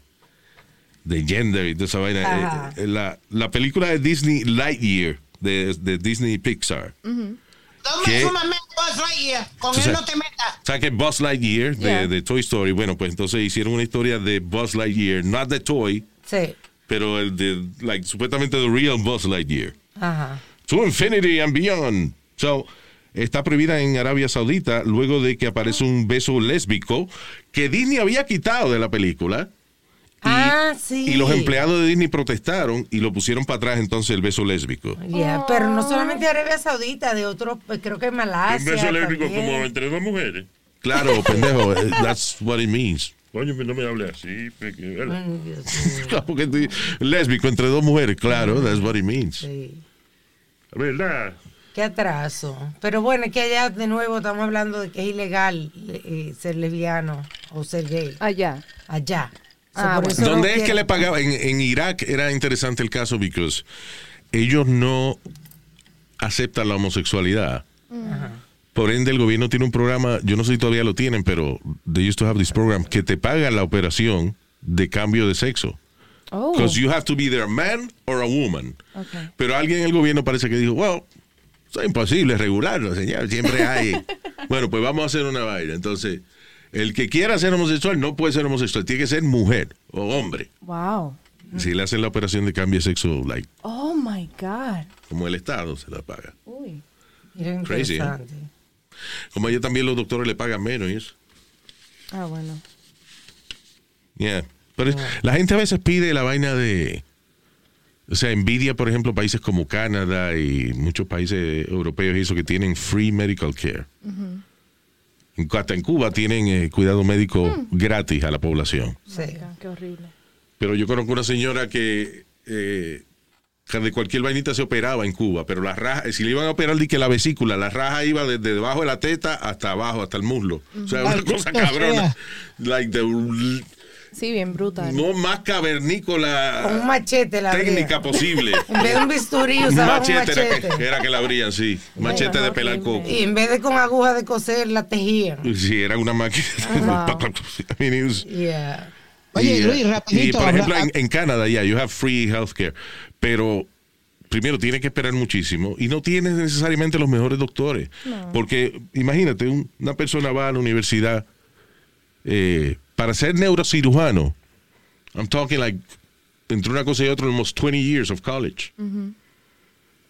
Speaker 3: de gender y toda esa vaina.
Speaker 2: Ajá.
Speaker 3: Eh, eh, la, la película de Disney Lightyear, de, de Disney Pixar.
Speaker 4: No
Speaker 3: ¿Qué?
Speaker 4: me sumas Buzz Lightyear. Con
Speaker 3: O sea,
Speaker 4: él no te metas.
Speaker 3: O sea, que Buzz Lightyear de,
Speaker 5: Yeah.
Speaker 3: de Toy Story, bueno, pues entonces hicieron una historia de Buzz Lightyear, not the toy,
Speaker 2: Sí,
Speaker 3: pero el de, like, supuestamente the real Buzz Lightyear.
Speaker 2: ajá.
Speaker 3: To infinity and beyond. So, está prohibida en Arabia Saudita luego de que aparece un beso lésbico que Disney había quitado de la película. Y,
Speaker 2: Ah, sí.
Speaker 3: y los empleados de Disney protestaron y lo pusieron para atrás entonces el beso lésbico.
Speaker 5: Ah.
Speaker 2: Yeah, pero no solamente Arabia Saudita, de otros, pues, creo que Malasia.
Speaker 6: Un beso lésbico
Speaker 2: también.
Speaker 6: como entre dos mujeres.
Speaker 3: Claro, pendejo, eh, that's what it means.
Speaker 6: Coño, pues, no me hable así. porque, ¿verdad?
Speaker 2: Ay, Dios mío, Mm.
Speaker 3: Claro, porque te- lésbico entre dos mujeres, claro, that's what it means.
Speaker 2: sí.
Speaker 6: ¿Verdad?
Speaker 2: Qué atraso. Pero bueno, es que allá de nuevo estamos hablando de que es ilegal eh, ser lesbiano o ser gay.
Speaker 5: Allá.
Speaker 2: Allá. So,
Speaker 5: Ah,
Speaker 2: por
Speaker 5: bueno.
Speaker 2: eso no
Speaker 3: ¿Dónde es
Speaker 2: quieren-
Speaker 3: que le pagaba? En, en Irak era interesante el caso because ellos no aceptan la homosexualidad. Por ende, el gobierno tiene un programa, yo no sé si todavía lo tienen, pero they used to have this program que te paga la operación de cambio de sexo.
Speaker 5: Oh.
Speaker 3: Because you have to be either a man or a woman.
Speaker 5: Okay.
Speaker 3: Pero alguien en el gobierno parece que dijo, wow, eso es imposible regularlo, señor, siempre hay. bueno, pues vamos a hacer una vaina. Entonces, el que quiera ser homosexual no puede ser homosexual, tiene que ser mujer o hombre.
Speaker 5: Wow.
Speaker 3: Si le hacen la operación de cambio de sexo, like,
Speaker 5: Oh my God.
Speaker 3: como el Estado se la paga.
Speaker 5: Uy.
Speaker 2: Miren,
Speaker 3: Crazy, ¿eh?
Speaker 2: interesante.
Speaker 3: Como ellos también los doctores le pagan menos y eso.
Speaker 5: Ah, bueno.
Speaker 3: Yeah. Pero es- la gente a veces pide la vaina de. O sea, envidia, por ejemplo, países como Canadá y muchos países europeos y eso que tienen free medical care. En- Hasta en Cuba tienen eh, cuidado médico gratis a la población.
Speaker 2: Sí.
Speaker 5: Ah, Qué horrible.
Speaker 3: Pero yo conozco una señora que eh, que de cualquier vainita se operaba en Cuba, pero la raja, si le iban a operar de que la vesícula, la raja iba desde debajo de la teta hasta abajo, hasta el muslo. O sea, una
Speaker 4: Ay,
Speaker 3: cosa
Speaker 4: qué
Speaker 3: cabrona.
Speaker 4: fea.
Speaker 3: Like the-
Speaker 5: Sí, bien brutal.
Speaker 3: no más cavernícola
Speaker 2: Con un machete la abría.
Speaker 3: técnica posible.
Speaker 2: En vez de un bisturí
Speaker 3: Un
Speaker 2: usaba un
Speaker 3: machete, era que,
Speaker 2: machete.
Speaker 3: era que la abrían, sí. Machete de pelar coco.
Speaker 2: Y en vez de con aguja de coser la tejían.
Speaker 3: Sí, era una máquina.
Speaker 2: Ah,
Speaker 3: I mean, it was-
Speaker 2: Yeah.
Speaker 4: Oye,
Speaker 3: y,
Speaker 4: Luis,
Speaker 3: eh, y,
Speaker 4: rapidito,
Speaker 3: por ejemplo, en,
Speaker 4: habla-
Speaker 3: en Canadá, ya, you have free healthcare. Pero primero tienes que esperar muchísimo y no tienes necesariamente los mejores doctores. Porque imagínate, un- una persona va a la universidad eh, para ser neurocirujano. I'm talking like entre una cosa y otra, almost 20 years of college.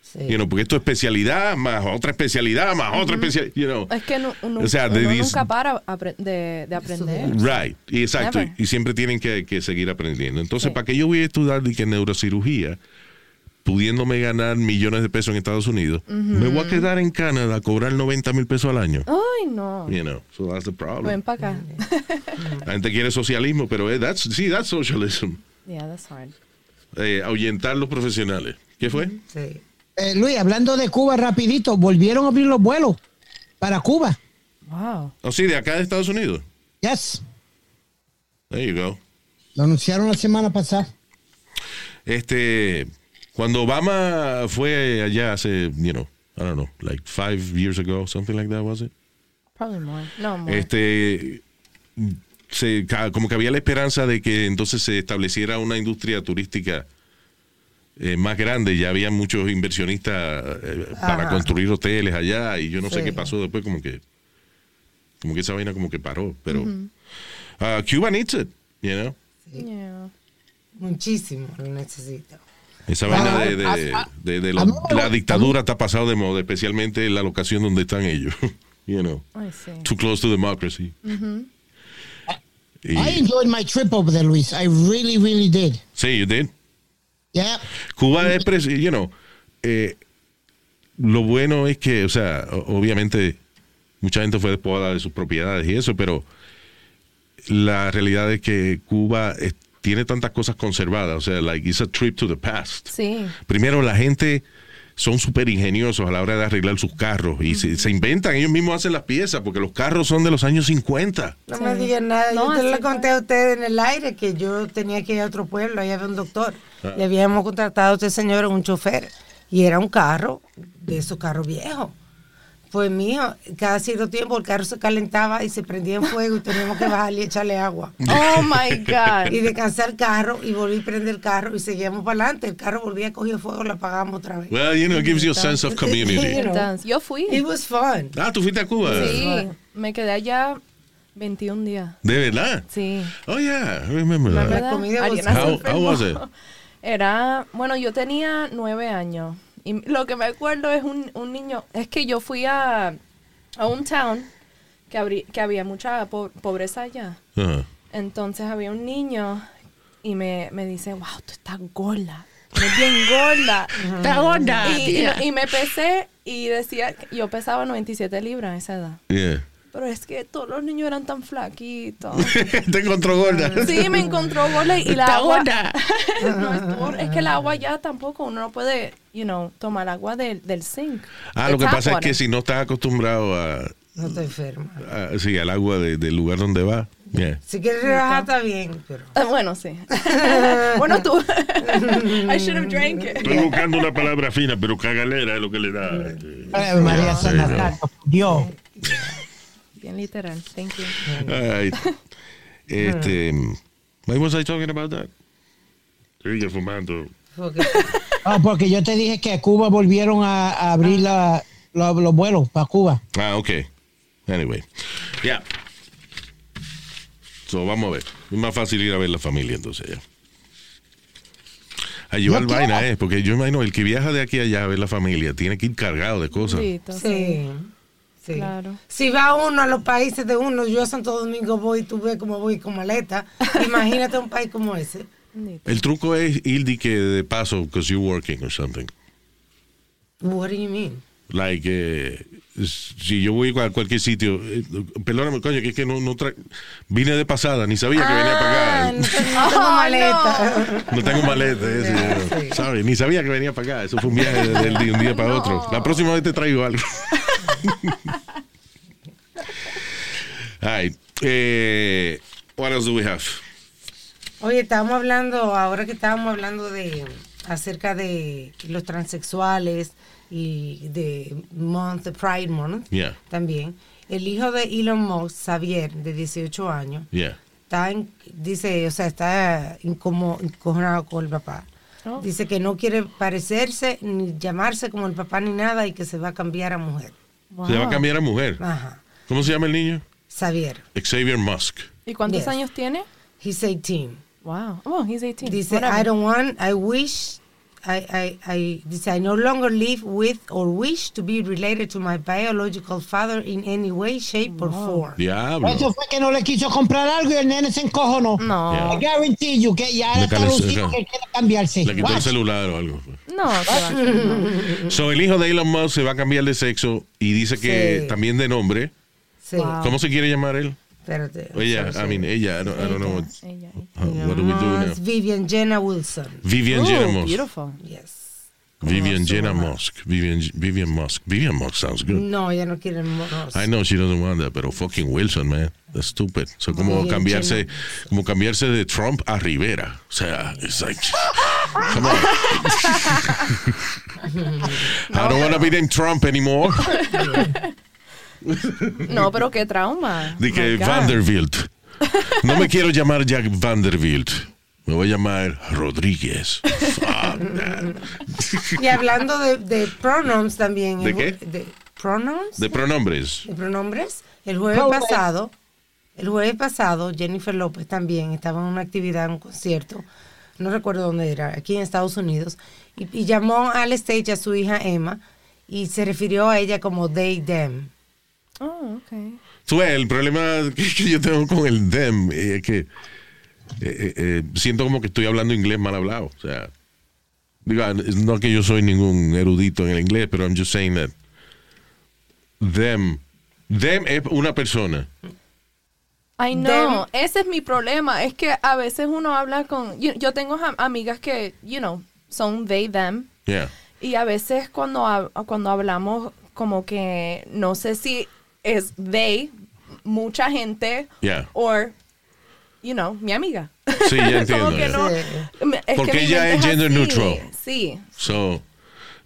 Speaker 2: Sí.
Speaker 3: You know, porque esto es especialidad, más otra especialidad, más otra especialidad. You know.
Speaker 5: Es que nu- nu-
Speaker 3: O sea,
Speaker 5: uno
Speaker 3: de dis-
Speaker 5: nunca para apre- de, de aprender.
Speaker 3: Right, y exacto.
Speaker 5: Never.
Speaker 3: Y siempre tienen que, que seguir aprendiendo. Entonces,
Speaker 5: Sí.
Speaker 3: ¿para qué yo voy a estudiar de que neurocirugía, pudiéndome ganar millones de pesos en Estados Unidos, me voy a quedar en Canadá a cobrar 90 mil pesos al año?
Speaker 5: Ay, no.
Speaker 3: You know, so that's the problem.
Speaker 5: Ven para acá.
Speaker 3: La gente quiere socialismo, pero eh, that's, sí, that's socialism.
Speaker 5: yeah, that's hard.
Speaker 3: Eh, ahuyentar los profesionales. ¿Qué fue?
Speaker 2: Sí.
Speaker 4: Eh, Luis, hablando de Cuba rapidito, volvieron a abrir los vuelos para Cuba.
Speaker 5: Wow.
Speaker 3: O Oh, sí, de acá de Estados Unidos.
Speaker 4: Yes.
Speaker 3: There you go.
Speaker 4: Lo anunciaron la semana pasada.
Speaker 3: Este, cuando Obama fue allá hace, you know, I don't know, like five years ago, something like that, was it?
Speaker 5: Probably more. No, more.
Speaker 3: este se, ca- como que había la esperanza de que entonces se estableciera una industria turística eh, más grande, ya había muchos inversionistas eh, para
Speaker 2: Ajá.
Speaker 3: construir hoteles allá y yo no sé
Speaker 2: Sí.
Speaker 3: qué pasó después, como que como que esa vaina como que paró, pero ah, Cuba needs it, you know?
Speaker 5: Yeah.
Speaker 2: Muchísimo lo necesito.
Speaker 3: Esa vaina de, de-
Speaker 4: Ah, ah,
Speaker 3: de- de
Speaker 4: a
Speaker 3: los-
Speaker 4: mí me
Speaker 3: la
Speaker 4: lo-
Speaker 3: dictadura está pasado de moda, especialmente la locación donde están ellos, you know,
Speaker 5: Ay, sí.
Speaker 3: too close to democracy. Y-
Speaker 4: I enjoyed my trip over there, Luis. I really, really did.
Speaker 3: sí, you did.
Speaker 4: Yeah.
Speaker 3: Cuba es, pres- you know, eh, lo bueno es que, o sea, o- obviamente mucha gente fue despojada de sus propiedades y eso, pero la realidad es que Cuba es- tiene tantas cosas conservadas, o sea, like it's a trip to the past.
Speaker 5: Sí.
Speaker 3: Primero, la gente son súper ingeniosos a la hora de arreglar sus carros y se, se inventan, ellos mismos hacen las piezas, porque los carros son de los años 50.
Speaker 2: No me digan nada.
Speaker 5: No,
Speaker 2: yo te
Speaker 5: así
Speaker 2: lo
Speaker 5: fue.
Speaker 2: conté a ustedes en el aire que yo tenía que ir a otro pueblo. Ahí había un doctor. Le habíamos contratado a este señor un chofer. Y era un carro, de esos carros viejos. Pues mío, cada cierto tiempo el carro se calentaba y se prendía en fuego y teníamos que bajarle y echarle agua.
Speaker 5: Oh my God.
Speaker 2: Y descansar el carro y volví a prender el carro y seguíamos para adelante. El carro volvía a coger fuego, lo apagamos otra vez.
Speaker 3: Well, you know, it gives you a sense of
Speaker 2: You
Speaker 3: community.
Speaker 2: know.
Speaker 5: Dance. Yo fui.
Speaker 2: It was fun.
Speaker 3: Ah, tú fuiste a Cuba.
Speaker 5: Sí. Me quedé allá 21 días.
Speaker 3: De verdad.
Speaker 5: Sí.
Speaker 3: Oh, yeah, I remember that.
Speaker 2: La comida
Speaker 5: Ariana
Speaker 2: was-
Speaker 5: se
Speaker 3: How- how
Speaker 5: enfermó.
Speaker 3: was it?
Speaker 5: Era, bueno, yo tenía nueve años. Y lo que me acuerdo es un, un niño, es que yo fui a, a un town que, abrí- que había mucha po- pobreza allá.
Speaker 3: Ajá.
Speaker 5: Entonces había un niño y me, me dice, wow, tú estás gorda. Me bien gorda. Estás gorda. Y, y- y me pesé y decía, yo pesaba 97 libras a esa edad.
Speaker 3: Yeah.
Speaker 5: Pero es que todos los niños eran tan flaquitos.
Speaker 3: Te encontró gorda.
Speaker 5: Sí, me encontró bola y la
Speaker 3: Está
Speaker 5: agua.
Speaker 3: buena.
Speaker 5: no, estuvo- es que el agua ya tampoco uno no puede, you know, tomar agua del, del zinc.
Speaker 3: Ah, lo que pasa es que si no estás acostumbrado a,
Speaker 2: No te enferma.
Speaker 3: a- sí, al agua de- del lugar donde va, yeah.
Speaker 2: Si quieres relajar, está bien. Pero...
Speaker 5: Ah, bueno, sí. bueno, tú. I should have drank it.
Speaker 6: Estoy buscando una palabra fina, pero cagalera es lo que le da. este.
Speaker 4: Ave María San Nazario, Dios.
Speaker 5: Bien literal. Thank you.
Speaker 3: Ay, este, why was I talking about that?
Speaker 6: Sigue fumando.
Speaker 4: No, porque yo te dije que a Cuba volvieron a, a abrir la- la- los vuelos para Cuba.
Speaker 3: Ah, ok. Anyway, ya. So, vamos a ver. Es más fácil ir a ver la familia entonces ya. A llevar
Speaker 4: Yo quiero-
Speaker 3: vaina, eh, porque yo imagino el que viaja de aquí a allá a ver la familia tiene que ir cargado de cosas.
Speaker 2: Sí. sí.
Speaker 5: Claro.
Speaker 2: Si va uno a los países de uno, yo a Santo Domingo voy y tú ves cómo voy con maleta. Imagínate un país como ese.
Speaker 3: El truco es ir de, que de paso because you're working or something.
Speaker 2: What do you mean?
Speaker 3: Like, eh, si yo voy a cualquier sitio, eh, perdóname, coño, que es que no, no tra- vine de pasada, ni sabía que venía para acá.
Speaker 2: No tengo maleta.
Speaker 3: No tengo maleta, eso, yo, ¿sabes? Ni sabía que venía para acá. Eso fue un viaje de, de- de un día para otro. La próxima vez te traigo algo. Ay, eh, what else do we have?
Speaker 2: Oye, estábamos hablando, ahora que estábamos hablando de acerca de los transexuales y de month, Pride Month,
Speaker 3: Yeah.
Speaker 2: también. El hijo de Elon Musk, Xavier, de 18 años,
Speaker 3: Yeah.
Speaker 2: está en- dice, o sea, está incomo- encojonado con el papá.
Speaker 5: Oh.
Speaker 2: Dice que no quiere parecerse ni llamarse como el papá ni nada y que se va a cambiar a mujer.
Speaker 3: Se va a cambiar a mujer.
Speaker 2: Ajá.
Speaker 3: ¿Cómo se llama el niño?
Speaker 2: Xavier,
Speaker 3: Xavier Musk.
Speaker 5: ¿Y cuántos
Speaker 2: Yes.
Speaker 5: años tiene?
Speaker 2: he's 18.
Speaker 5: Wow. Oh, he's 18.
Speaker 2: Dice,
Speaker 5: Whatever.
Speaker 2: I don't want, I wish, I, I, I, dice, I no longer live with or wish to be related to my biological father in any way, shape, or form.
Speaker 3: Diablo.
Speaker 4: Eso fue que no le quiso comprar algo y el nene se encojonó.
Speaker 5: No.
Speaker 4: I guarantee you que ya
Speaker 3: Le
Speaker 4: está
Speaker 3: calentó-
Speaker 4: lucido que quiere cambiarse.
Speaker 3: Le quitó el
Speaker 4: Watch.
Speaker 3: celular o algo.
Speaker 5: No, Sebastián, no.
Speaker 3: So, el hijo de Elon Musk se va a cambiar de sexo y dice que
Speaker 2: Sí.
Speaker 3: también de nombre.
Speaker 2: Sí,
Speaker 5: Wow.
Speaker 3: ¿Cómo se quiere llamar él?
Speaker 2: espérate.
Speaker 3: O Ella, I mean, ella, I don't, I don't know. What,
Speaker 5: Ella, ella.
Speaker 3: how- what do we do now?
Speaker 2: It's Vivian Jenna Wilson.
Speaker 3: Vivian Jenna
Speaker 5: Oh,
Speaker 3: Musk.
Speaker 5: beautiful.
Speaker 2: Yes.
Speaker 3: Vivian Jenna
Speaker 2: Musk.
Speaker 3: Musk. Vivian Vivian Musk. Vivian Musk sounds good.
Speaker 2: No, ya no quieren monos.
Speaker 3: Mm. I know she doesn't want that, pero fucking Wilson, man. That's stupid. So como
Speaker 2: Vivian
Speaker 3: cambiarse,
Speaker 2: Jenna
Speaker 3: como cambiarse de Trump a Rivera. O sea, it's like come on. I don't want to be named Trump anymore.
Speaker 5: No, pero qué trauma. Oh
Speaker 3: De que
Speaker 5: My God.
Speaker 3: Vanderbilt. No me quiero llamar Jack Vanderbilt. Me voy a llamar Rodríguez. Fuck that.
Speaker 2: Y hablando de, de pronoms también.
Speaker 3: ¿De
Speaker 2: el jue-
Speaker 3: qué?
Speaker 2: De pronoms.
Speaker 3: De pronombres.
Speaker 2: de pronombres. El jueves pasado, el jueves pasado, Jennifer López también estaba en una actividad, en un concierto, no recuerdo dónde era, aquí en Estados Unidos, y, y llamó al stage a su hija Emma y se refirió a ella como they, them.
Speaker 5: Oh, okay.
Speaker 3: Tú ves, el problema que que yo tengo con el dem eh, es que eh, eh, eh, siento como que estoy hablando inglés mal hablado. O sea, digo, ah, no que yo soy ningún erudito en el inglés, pero I'm just saying that them, them es una persona.
Speaker 5: I know. Ese es mi problema. Es que a veces uno habla con. Yo, yo tengo jam- amigas que, you know, son they, them.
Speaker 3: Yeah.
Speaker 5: Y a veces cuando, hab- cuando hablamos, como que no sé si es they, mucha gente,
Speaker 3: Yeah.
Speaker 5: or, you know, mi amiga.
Speaker 3: Sí, ya entiendo,
Speaker 5: como que
Speaker 3: ya.
Speaker 5: no. me- es que
Speaker 3: Porque
Speaker 5: mi
Speaker 3: ella
Speaker 5: mente
Speaker 3: es gender
Speaker 5: así.
Speaker 3: neutral.
Speaker 5: Sí.
Speaker 3: So,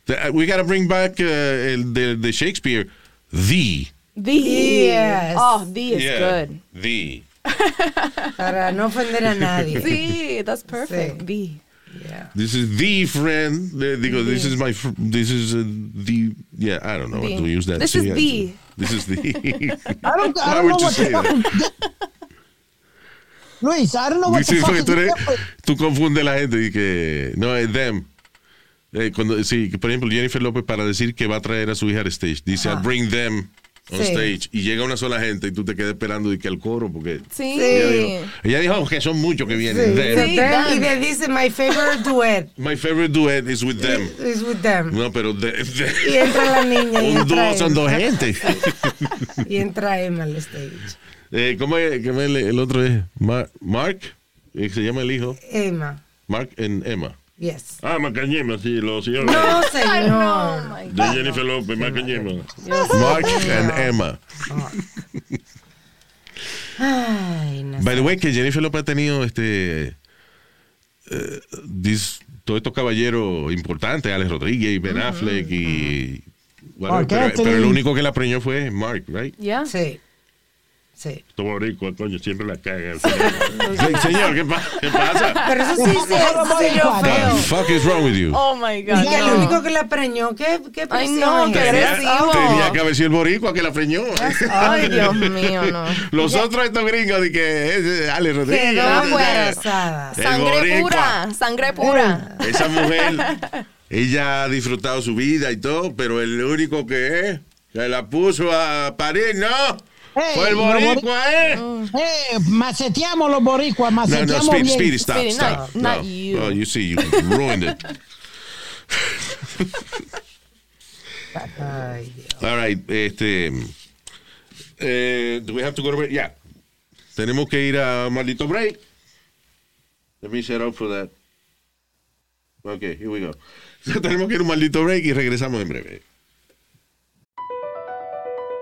Speaker 3: the- we gotta bring back uh, el de, de Shakespeare, the.
Speaker 5: The.
Speaker 2: Yes.
Speaker 5: Oh, the is
Speaker 3: Yeah,
Speaker 5: good.
Speaker 3: The.
Speaker 2: Para no ofender a nadie.
Speaker 5: Sí, that's perfect. The.
Speaker 2: Yeah.
Speaker 3: This is the friend. The, digo, this is my. Fr- this is uh, the. Yeah, I don't know.
Speaker 5: The.
Speaker 3: Do we use that?
Speaker 5: This
Speaker 3: too?
Speaker 5: is
Speaker 3: Yeah,
Speaker 5: the.
Speaker 3: This is the.
Speaker 4: I don't,
Speaker 3: Why
Speaker 4: I don't know
Speaker 3: would you
Speaker 4: what
Speaker 3: say
Speaker 4: the
Speaker 3: that?
Speaker 4: fuck. Luis, I don't know what
Speaker 3: Dice
Speaker 4: the fuck.
Speaker 3: porque tú, eres-
Speaker 4: is up with-
Speaker 3: tú confundes la gente y que no es them. Eh, cuando, sí, que por ejemplo, Jennifer López para decir que va a traer a su hija al stage, dice, I bring them on
Speaker 2: Sí.
Speaker 3: stage y llega una sola gente y tú te quedas esperando y que el coro porque
Speaker 5: Sí.
Speaker 3: ella dijo, ella dijo "Oh, que son muchos que vienen. Them.
Speaker 2: y le dice, my favorite duet
Speaker 3: My favorite duet is with them.
Speaker 2: is with them.
Speaker 3: No, pero de- de-
Speaker 2: Y entra la niña y
Speaker 3: un
Speaker 2: entra
Speaker 3: dúo son
Speaker 2: él.
Speaker 3: dos gente.
Speaker 2: Y entra Emma al stage.
Speaker 3: Eh, ¿Cómo es, cómo es el, el otro es Mar- Mark? eh, se llama el hijo
Speaker 2: Emma,
Speaker 3: Mark and Emma.
Speaker 2: yes.
Speaker 6: Ah, Macañema, sí, los hijos
Speaker 2: No,
Speaker 5: Oh
Speaker 2: señor.
Speaker 6: de, de Jennifer López, Macañema.
Speaker 3: Mark and Emma.
Speaker 2: Ay, no.
Speaker 3: By the way, que Jennifer López ha tenido este eh, this- todos estos caballeros importantes, Alex Rodríguez y Ben Affleck y bueno,
Speaker 4: Mark
Speaker 3: pero,
Speaker 4: Anthony.
Speaker 3: pero el único que la preñó fue Mark, right?
Speaker 5: Yeah.
Speaker 2: Sí. Sí.
Speaker 6: Tu boricua, coño, siempre la cagan.
Speaker 3: Se- señor, ¿qué, pa- qué pasa?
Speaker 2: Pero eso sí, sí, eso Ah, sí, yo
Speaker 3: What the
Speaker 2: feo.
Speaker 3: fuck is wrong with you?
Speaker 5: Oh my God.
Speaker 2: Y el
Speaker 5: no.
Speaker 2: único que la preñó, ¿qué, qué
Speaker 5: Ay,
Speaker 2: presión
Speaker 5: no,
Speaker 2: es
Speaker 5: que
Speaker 2: esa?
Speaker 3: Tenía,
Speaker 5: agresivo.
Speaker 3: tenía que haber sido el boricua que la preñó.
Speaker 5: Ay, Dios mío, no.
Speaker 3: Los otros estos gringos de que es Alex Rodríguez.
Speaker 2: Quedó
Speaker 3: eh,
Speaker 2: embarazada.
Speaker 3: El
Speaker 5: Sangre
Speaker 3: boricua.
Speaker 5: pura, sangre pura.
Speaker 3: Esa mujer, ella ha disfrutado su vida y todo, pero el único que es, que la puso a parir, no.
Speaker 4: Hey,
Speaker 3: Fue el
Speaker 4: no,
Speaker 3: boricua, ¿eh?
Speaker 4: Eh, maceteamos los boricuas,
Speaker 3: No, no,
Speaker 4: maceteamos
Speaker 3: Speedy,
Speaker 4: bien.
Speaker 3: Speedy, stop,
Speaker 5: Speedy,
Speaker 3: stop.
Speaker 5: not-
Speaker 3: no.
Speaker 5: not you.
Speaker 3: Oh, you see, you ruined it.
Speaker 2: Ay, Dios.
Speaker 3: All right, este... eh, do we have to go to break? Yeah. Tenemos que ir a maldito break. Let me set up for that. Okay, here we go. Tenemos que ir a un maldito break y regresamos en breve.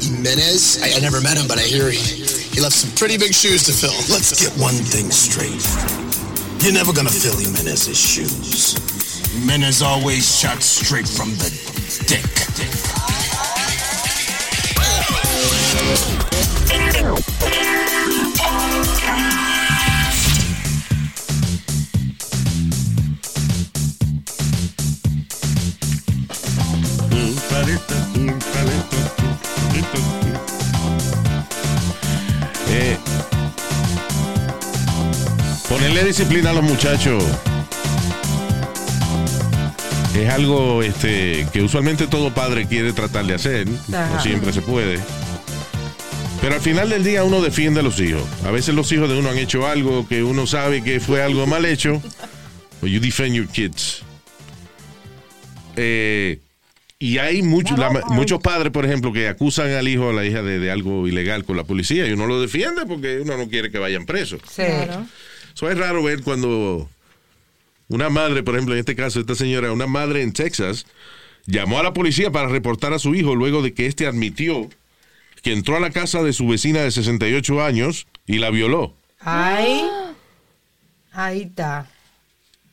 Speaker 10: Jimenez. I, I never met him, but I hear he, he left some pretty big shoes to fill. Let's get one thing straight. You're never gonna fill Jimenez's shoes. Jimenez always shot straight from the dick.
Speaker 3: Eh, ponerle disciplina a los muchachos es algo este, que usualmente todo padre quiere tratar de hacer. No
Speaker 2: Ajá.
Speaker 3: siempre se puede. Pero al final del día uno defiende a los hijos. A veces los hijos de uno han hecho algo que uno sabe que fue algo mal hecho. But you defend your kids. Eh, y hay muchos la- muchos padres, por ejemplo, que acusan al hijo o a la hija de, de algo ilegal con la policía y uno lo defiende porque uno no quiere que vayan presos.
Speaker 2: Sí.
Speaker 3: Eso es raro ver cuando una madre, por ejemplo, en este caso, esta señora, una madre en Texas, llamó a la policía para reportar a su hijo luego de que este admitió que entró a la casa de su vecina de 68 años y la violó.
Speaker 2: Ahí. Ahí está.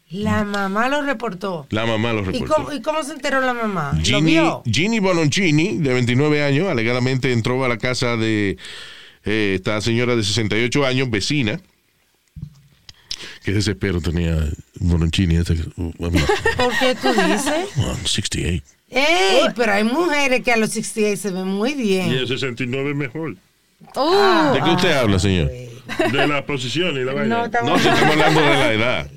Speaker 2: La mamá lo reportó.
Speaker 3: La mamá lo
Speaker 2: ¿Y
Speaker 3: reportó.
Speaker 2: cómo, y cómo se enteró la mamá? ¿Lo
Speaker 3: Ginny,
Speaker 2: vio?
Speaker 3: Ginny Bononcini, de 29 años, alegadamente entró a la casa de eh, esta señora de 68 años, vecina. Qué desespero tenía Bononcini. esta- oh, I mean,
Speaker 2: ¿Por qué tú dices?
Speaker 3: I'm 68.
Speaker 2: ¡Ey! Pero hay mujeres que a los 68 se ven muy
Speaker 6: Y
Speaker 2: bien.
Speaker 6: el 69 mejor. Ah,
Speaker 5: Uh,
Speaker 3: ¿De qué usted habla, señor?
Speaker 6: De la posición y la vaina.
Speaker 3: No, se está hablando de la edad.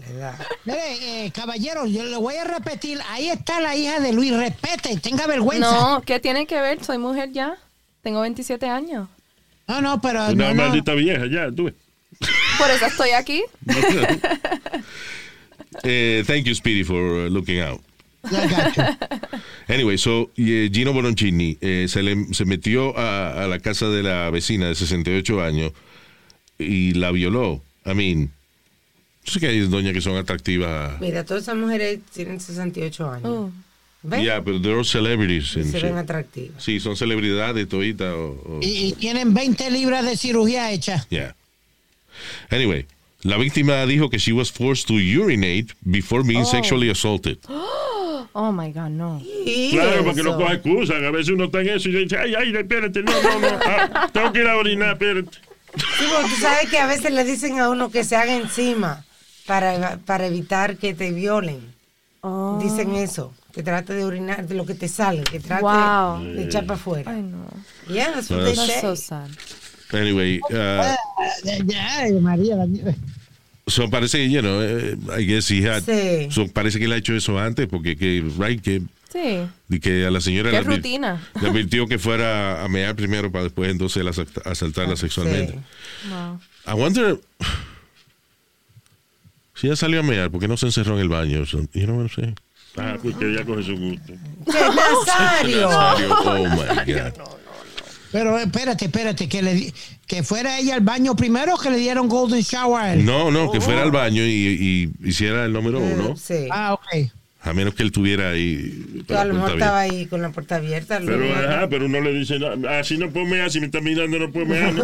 Speaker 4: Mire, eh, caballeros, yo le voy a repetir, ahí está la hija de Luis, respete, tenga vergüenza.
Speaker 5: no, ¿qué tiene que ver? Soy mujer ya. Tengo 27 años.
Speaker 4: no, no, pero
Speaker 6: Una
Speaker 4: no, no.
Speaker 6: maldita vieja, ya, tú. ves.
Speaker 5: Por eso estoy aquí.
Speaker 3: Eh, thank you, Speedy, for uh, looking out. Anyway, so eh, Gino Boloncini eh, se, le- se metió a, a la casa de la vecina de 68 años y la violó. I mean, yo sé que hay doñas que son atractivas.
Speaker 2: Mira, todas esas mujeres tienen 68 años.
Speaker 3: Ya,
Speaker 2: ¿Ves?
Speaker 3: pero they're all celebrities. and
Speaker 2: ¿Eh? Se ven
Speaker 3: shit.
Speaker 2: atractivas.
Speaker 3: Sí, son celebridades toditas. o- o-
Speaker 4: Y, y tienen 20 libras de cirugía hecha.
Speaker 3: Yeah. Anyway, la víctima dijo que she was forced to urinate before being
Speaker 5: Oh.
Speaker 3: sexually assaulted.
Speaker 5: Oh my God, no.
Speaker 6: Claro, porque no coge excusa. que A veces uno está en eso y dice, ay, ay, espérate, no, no, no. ah, tengo que ir a orinar, espérate.
Speaker 2: Sí, porque tú sabes que a veces le dicen a uno que se haga encima para, para evitar que te violen. Dicen eso, que trate de orinar de lo que te sale, que trate
Speaker 5: Wow.
Speaker 2: de echar para afuera.
Speaker 5: Ay, no.
Speaker 2: Yeah, that's what they
Speaker 3: That's-
Speaker 2: say.
Speaker 5: So sad.
Speaker 3: Anyway,
Speaker 2: Oh,
Speaker 3: uh,
Speaker 4: Ay, María, la-
Speaker 3: so parece que, you know, eh, I guess he had.
Speaker 5: Sí.
Speaker 3: So parece que él ha hecho eso antes porque, que, right, que,
Speaker 5: Sí.
Speaker 3: y que a la señora
Speaker 5: Qué
Speaker 3: le, advir-
Speaker 5: rutina.
Speaker 3: le advirtió que fuera a mear primero para después entonces la asalt-
Speaker 2: Ah,
Speaker 3: asaltarla sexualmente.
Speaker 5: Wow.
Speaker 3: I wonder. Si ya salió a mear, ¿por qué no se encerró en el baño? So, You know what I'm saying?
Speaker 6: Ah, pues que ella coge su gusto.
Speaker 2: ¡Qué Nazario!
Speaker 3: Nazario, Oh my God.
Speaker 4: Pero eh, espérate, espérate, que, le, di- que fuera ella al baño primero o que le dieron golden shower. a él?
Speaker 3: No, no, que fuera
Speaker 2: Oh.
Speaker 3: al baño y, y hiciera el número
Speaker 2: Mm.
Speaker 3: uno.
Speaker 2: Sí.
Speaker 4: Ah, ok.
Speaker 3: A menos que él tuviera ahí.
Speaker 2: Que a lo mejor estaba
Speaker 3: abierta. eh,
Speaker 2: ahí con la puerta abierta. lo
Speaker 6: Pero,
Speaker 2: mejor.
Speaker 6: ajá, pero uno le dice, no, así no puedo mear, si me está mirando no puedo mear. ¿no?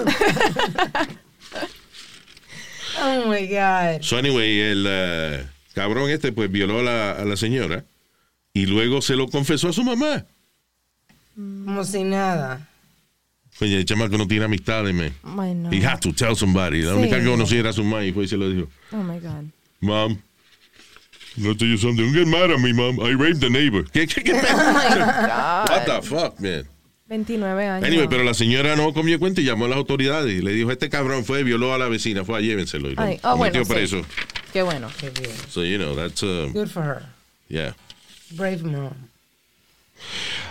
Speaker 2: Oh my God.
Speaker 3: So, anyway, el eh, cabrón este pues violó a la, a la señora y luego se lo confesó a su mamá.
Speaker 2: Como si nada.
Speaker 3: Oye, el chamaco no tiene amistades, man.
Speaker 5: Ay, no.
Speaker 3: He had to tell somebody. La
Speaker 5: Sí.
Speaker 3: única que conocía era su mamá y fue y se lo dijo.
Speaker 5: Oh my God.
Speaker 3: Mom, I'm gonna tell you something. Don't get mad at me, mom. I raped the neighbor. ¿Qué, qué, qué?
Speaker 5: Oh
Speaker 3: What the fuck, man?
Speaker 5: 29 años.
Speaker 3: Anyway, pero la señora no comió cuenta y llamó a las autoridades. Y le dijo, este cabrón fue, violó a la vecina, fue, llévenselo. Y lo
Speaker 5: Ay, oh,
Speaker 3: lo
Speaker 5: bueno,
Speaker 3: metió
Speaker 5: sí.
Speaker 3: preso.
Speaker 5: Qué bueno.
Speaker 3: So, you know, that's, um,
Speaker 2: Good for her.
Speaker 3: yeah.
Speaker 2: Brave mom.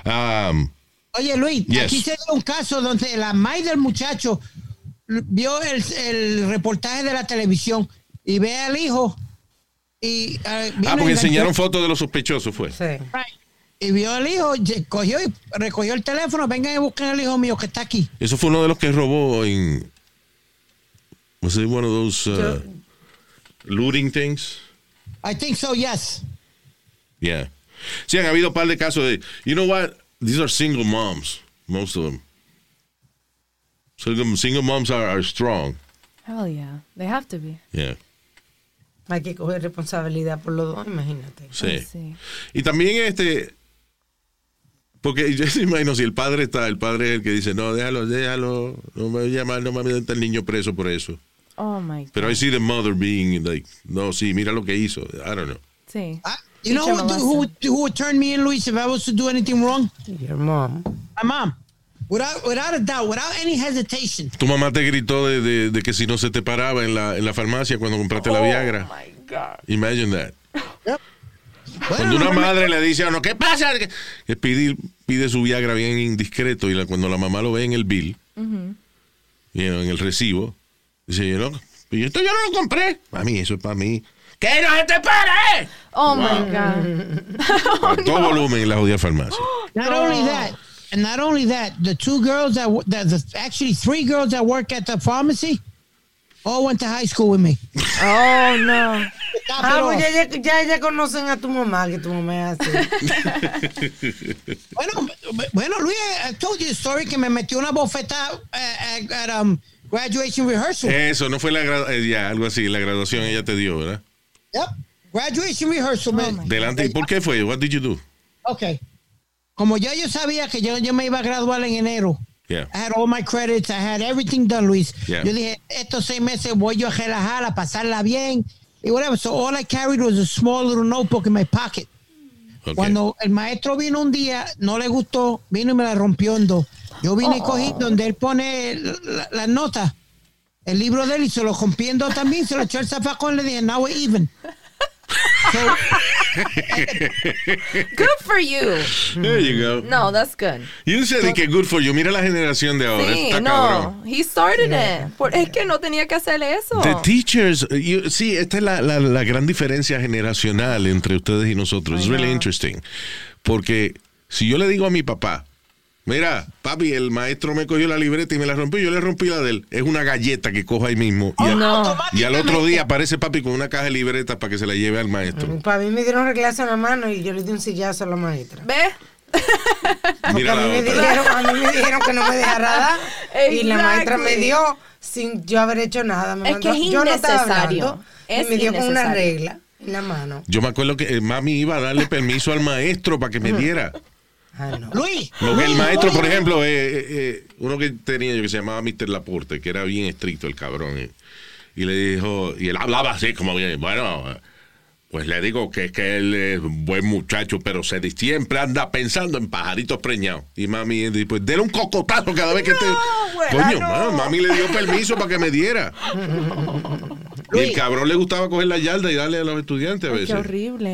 Speaker 3: Um,
Speaker 4: Oye, Luis,
Speaker 3: Yes.
Speaker 4: aquí se dio un caso donde la madre del muchacho vio el, el reportaje de la televisión y ve al hijo y... eh, vino
Speaker 3: ah,
Speaker 4: y
Speaker 3: porque
Speaker 4: le-
Speaker 3: enseñaron fotos de los sospechosos, fue.
Speaker 4: Y vio al hijo, y cogió y recogió el teléfono, vengan y busquen al hijo mío que está aquí.
Speaker 3: Eso fue uno de los que robó en... Was it one of those uh, looting things?
Speaker 4: I think so, yes.
Speaker 3: Yeah. Sí, han habido un par de casos de, you know what, these are single moms, most of them. So the single moms are, are strong.
Speaker 5: Hell yeah. They have to be.
Speaker 3: Yeah.
Speaker 2: Hay que coger responsabilidad por los dos, imagínate.
Speaker 3: Sí. Y también este, porque yo me imagino si el padre está, el padre es el que dice, no, déjalo, déjalo, no me voy a llamar, no me voy a meter el niño preso por eso.
Speaker 5: Oh my God.
Speaker 3: Pero I see the mother being like, no, sí, mira lo que hizo. I don't know.
Speaker 5: Sí.
Speaker 4: Ah, You know who, who, would- who would turn me in, Luis, if I was to do anything wrong?
Speaker 2: Your mom.
Speaker 4: My mom. Without, without a doubt, without any hesitation.
Speaker 3: Tu mamá te gritó de, de- de que si no se te paraba en la, en la farmacia cuando compraste la Viagra. Imagine that. Cuando una madre le dice a uno, ¿qué pasa? Que pide, pide su Viagra bien indiscreto y la- cuando la mamá lo ve en el bill,
Speaker 5: Ujú.
Speaker 3: you know, en el recibo, dice, yo no, y esto yo no lo compré. Mami, eso es para mí. ¡Que no se te pare!
Speaker 5: Oh my God.
Speaker 3: A todo volumen en la jodida farmacia.
Speaker 4: Not only that, and not only that, the two girls that, wo- that the, actually three girls that work at the pharmacy all went to high school with me.
Speaker 5: Oh no.
Speaker 2: Ah, pues ya, ya, ya, ya conocen a tu mamá, que tu mamá es así.
Speaker 4: Bueno, bueno, Luis, I I told you the story que me metió una bofeta at, at, at um, graduation rehearsal.
Speaker 3: Eso, no fue la gra- eh, ya, algo así, la graduación ella te dio, ¿verdad?
Speaker 4: Yep. Graduation rehearsal, man.
Speaker 3: Delante, ¿por qué fue? What did you do?
Speaker 4: Okay. Como ya yo sabía que yo, yo me iba a graduar en enero.
Speaker 3: Yeah.
Speaker 4: I had all my credits, I had everything done, Luis.
Speaker 3: Yeah.
Speaker 4: Yo dije, estos seis meses voy yo a relajar, a pasarla bien, y whatever. So all I carried was a small little notebook in my pocket.
Speaker 3: Ok.
Speaker 4: Cuando el maestro vino un día, no le gustó, vino y me la rompió en dos. Yo vine y
Speaker 3: Oh.
Speaker 4: cogí donde él pone la- la- las notas, el libro de él, y se lo rompí en dos también, se lo echó el zafacón y le dije, now we're even. So,
Speaker 5: Good for you.
Speaker 3: There you go.
Speaker 5: No, that's good.
Speaker 3: You said que good for you. Mira la generación de ahora.
Speaker 5: Sí,
Speaker 3: Está cabrón.
Speaker 5: no. He started it. Por- es que no tenía que hacer eso.
Speaker 3: The teachers, you- sí, esta es la, la- la gran diferencia generacional entre ustedes y nosotros. Es really interesting. Porque si yo le digo a mi papá, mira, papi, el maestro me cogió la libreta y me la rompió, yo le rompí la de él, es una galleta que cojo ahí mismo. Y, al-
Speaker 5: Ah.
Speaker 3: y al otro día aparece papi con una caja de libretas para que se la lleve al maestro.
Speaker 2: Para mí me dieron un reglazo en la mano y yo le di un sillazo a la maestra.
Speaker 5: ¿Ves?
Speaker 3: Mira la
Speaker 2: Me
Speaker 3: otra.
Speaker 2: dijeron, a mí me dijeron que no me dejara dar y la maestra me
Speaker 5: Exactly.
Speaker 2: dio sin yo haber hecho nada. Me
Speaker 5: Es
Speaker 2: mandó-
Speaker 5: que es
Speaker 2: yo no estaba
Speaker 5: innecesario.
Speaker 2: hablando
Speaker 5: Es
Speaker 2: y me dio con una
Speaker 5: innecesario.
Speaker 2: regla en la mano.
Speaker 3: Yo me acuerdo que eh, mami iba a darle permiso al maestro para que me diera.
Speaker 2: Ah,
Speaker 4: Luis.
Speaker 3: Lo que el
Speaker 4: Luis,
Speaker 3: maestro,
Speaker 4: Luis.
Speaker 3: por ejemplo, eh, eh, eh, uno que tenía yo que se llamaba Mr. Laporte, que era bien estricto el cabrón. eh, y le dijo, y él hablaba así como bien, bueno, eh, pues le digo que es que él es un buen muchacho, pero se dis- siempre anda pensando en pajaritos preñados. Y mami, eh, pues déle un cocotazo cada vez que te...
Speaker 1: güera,
Speaker 3: Coño,
Speaker 1: no.
Speaker 3: ma- mami le dio permiso para que me diera. Y el cabrón le gustaba coger la yarda y darle a los estudiantes a veces.
Speaker 5: horrible.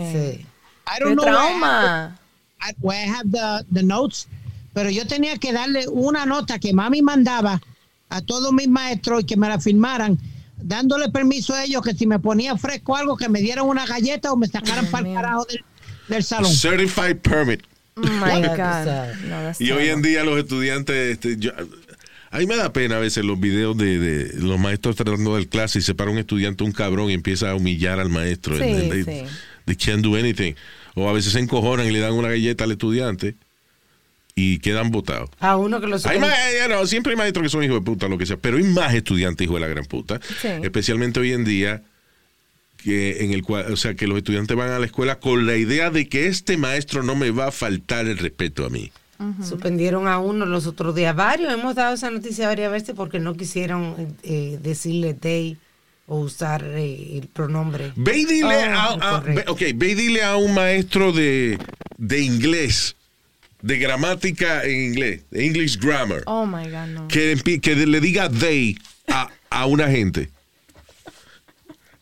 Speaker 4: I
Speaker 5: Qué
Speaker 4: don't know where I
Speaker 5: trauma.
Speaker 4: have- I- where I have the, the notes, pero yo tenía que darle una nota que mami mandaba a todos mis maestros y que me la firmaran, dándole permiso a ellos que si me ponía fresco algo, que me dieran una galleta o me sacaran para el carajo del, del salón.
Speaker 3: Certified permit.
Speaker 5: Oh my
Speaker 3: Ya tú
Speaker 5: God. No, that's
Speaker 3: Y hoy en día los estudiantes, este, yo- a mí me da pena a veces los videos de, de los maestros tratando del clase y se para un estudiante, un cabrón, y empieza a humillar al maestro.
Speaker 1: Sí,
Speaker 3: They-
Speaker 1: sí.
Speaker 3: they can't do anything. O a veces se encojonan y le dan una galleta al estudiante y quedan botados.
Speaker 2: A uno que lo
Speaker 3: Hay ma- eh, no, siempre hay maestros que son hijos de puta, lo que sea, pero hay más estudiantes hijos de la gran puta,
Speaker 1: Sí.
Speaker 3: especialmente hoy en día que en el cual, o sea, que los estudiantes van a la escuela con la idea de que este maestro no me va a faltar el respeto a mí.
Speaker 2: Suspendieron a uno los otros días. Varios hemos dado esa noticia varias veces porque no quisieron eh, decirle they o usar eh, el pronombre.
Speaker 3: Ve y dile,
Speaker 5: Oh,
Speaker 2: Ah,
Speaker 3: a, a- ve- ok, ve y dile a un maestro de, de inglés, de gramática en inglés, de English grammar,
Speaker 5: Oh my God, no.
Speaker 3: que, empi- que le diga they a, a una gente.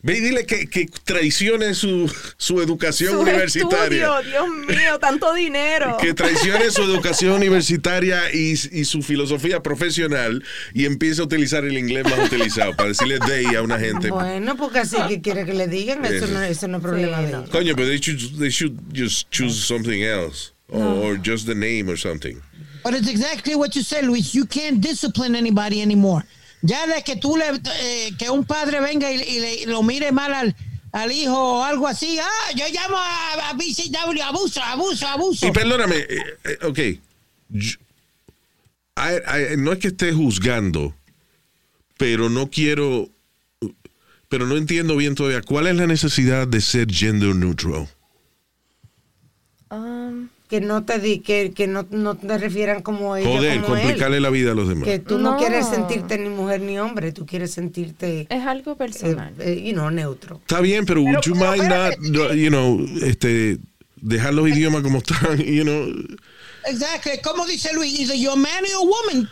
Speaker 3: Ve y dile que, que traicione su, su educación
Speaker 5: Su
Speaker 3: universitaria.
Speaker 5: estudio, Dios mío, tanto dinero.
Speaker 3: Que traicione su educación universitaria y, y su filosofía profesional y empiece a utilizar el inglés más utilizado para decirle they a una gente.
Speaker 2: Bueno, porque así que quiere que le digan, eso no, eso no es problema de ellos.
Speaker 3: Coño, pero they should, they should just choose something else. Or, or just the name or something.
Speaker 4: But it's exactly what you said, Luis. You can't discipline anybody anymore. Ya de que tú le, eh, que un padre venga y, y le- y lo mire mal al, al hijo o algo así, ah, yo llamo a, a BCW, abuso, abuso, abuso.
Speaker 3: Y perdóname, eh, eh, ok. yo- I- I- no es que esté juzgando, pero no quiero. Pero no entiendo bien todavía. ¿Cuál es la necesidad de ser gender neutral?
Speaker 2: que no te di, que, que no, no te refieran como ella,
Speaker 3: Joder,
Speaker 2: como
Speaker 3: complicarle
Speaker 2: él.
Speaker 3: la vida a los demás.
Speaker 2: Que tú no.
Speaker 5: No.
Speaker 2: quieres sentirte ni mujer ni hombre, tú quieres sentirte. eh,
Speaker 5: Es algo personal.
Speaker 2: y no neutro.
Speaker 3: Está bien, pero, would you mind not,
Speaker 2: eh.
Speaker 3: you know, este, dejar los idiomas como están, you know?
Speaker 4: Exactly, como dice Luis, either you're man or woman.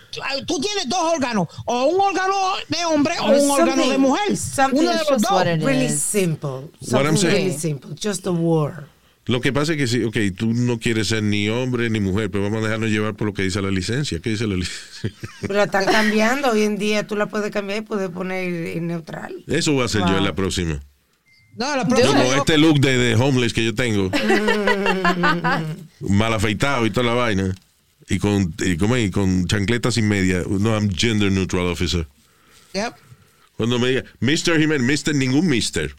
Speaker 4: Tú tienes dos órganos, o un órgano de hombre o un órgano de mujer.
Speaker 2: Pues Something
Speaker 4: Uno de los dos.
Speaker 2: really simple.
Speaker 3: What I'm
Speaker 2: Something
Speaker 3: saying-
Speaker 2: really simple. Just a word.
Speaker 3: Lo que pasa es que sí, ok, tú no quieres ser ni hombre ni mujer, pero vamos a dejarnos llevar por lo que dice la licencia. ¿Qué dice la licencia?
Speaker 2: Pero la están cambiando. Hoy en día tú la puedes cambiar y puedes poner en neutral.
Speaker 3: Eso voy a hacer yo
Speaker 2: Wow.
Speaker 3: en la próxima.
Speaker 4: No, la
Speaker 3: Como este look de, de homeless que yo tengo, mal afeitado y toda la vaina, y con, y como- y con chancletas y media. No, I'm gender neutral officer.
Speaker 4: Yep.
Speaker 3: Cuando me diga, Mr. Jiménez, Mr. ningún Mr.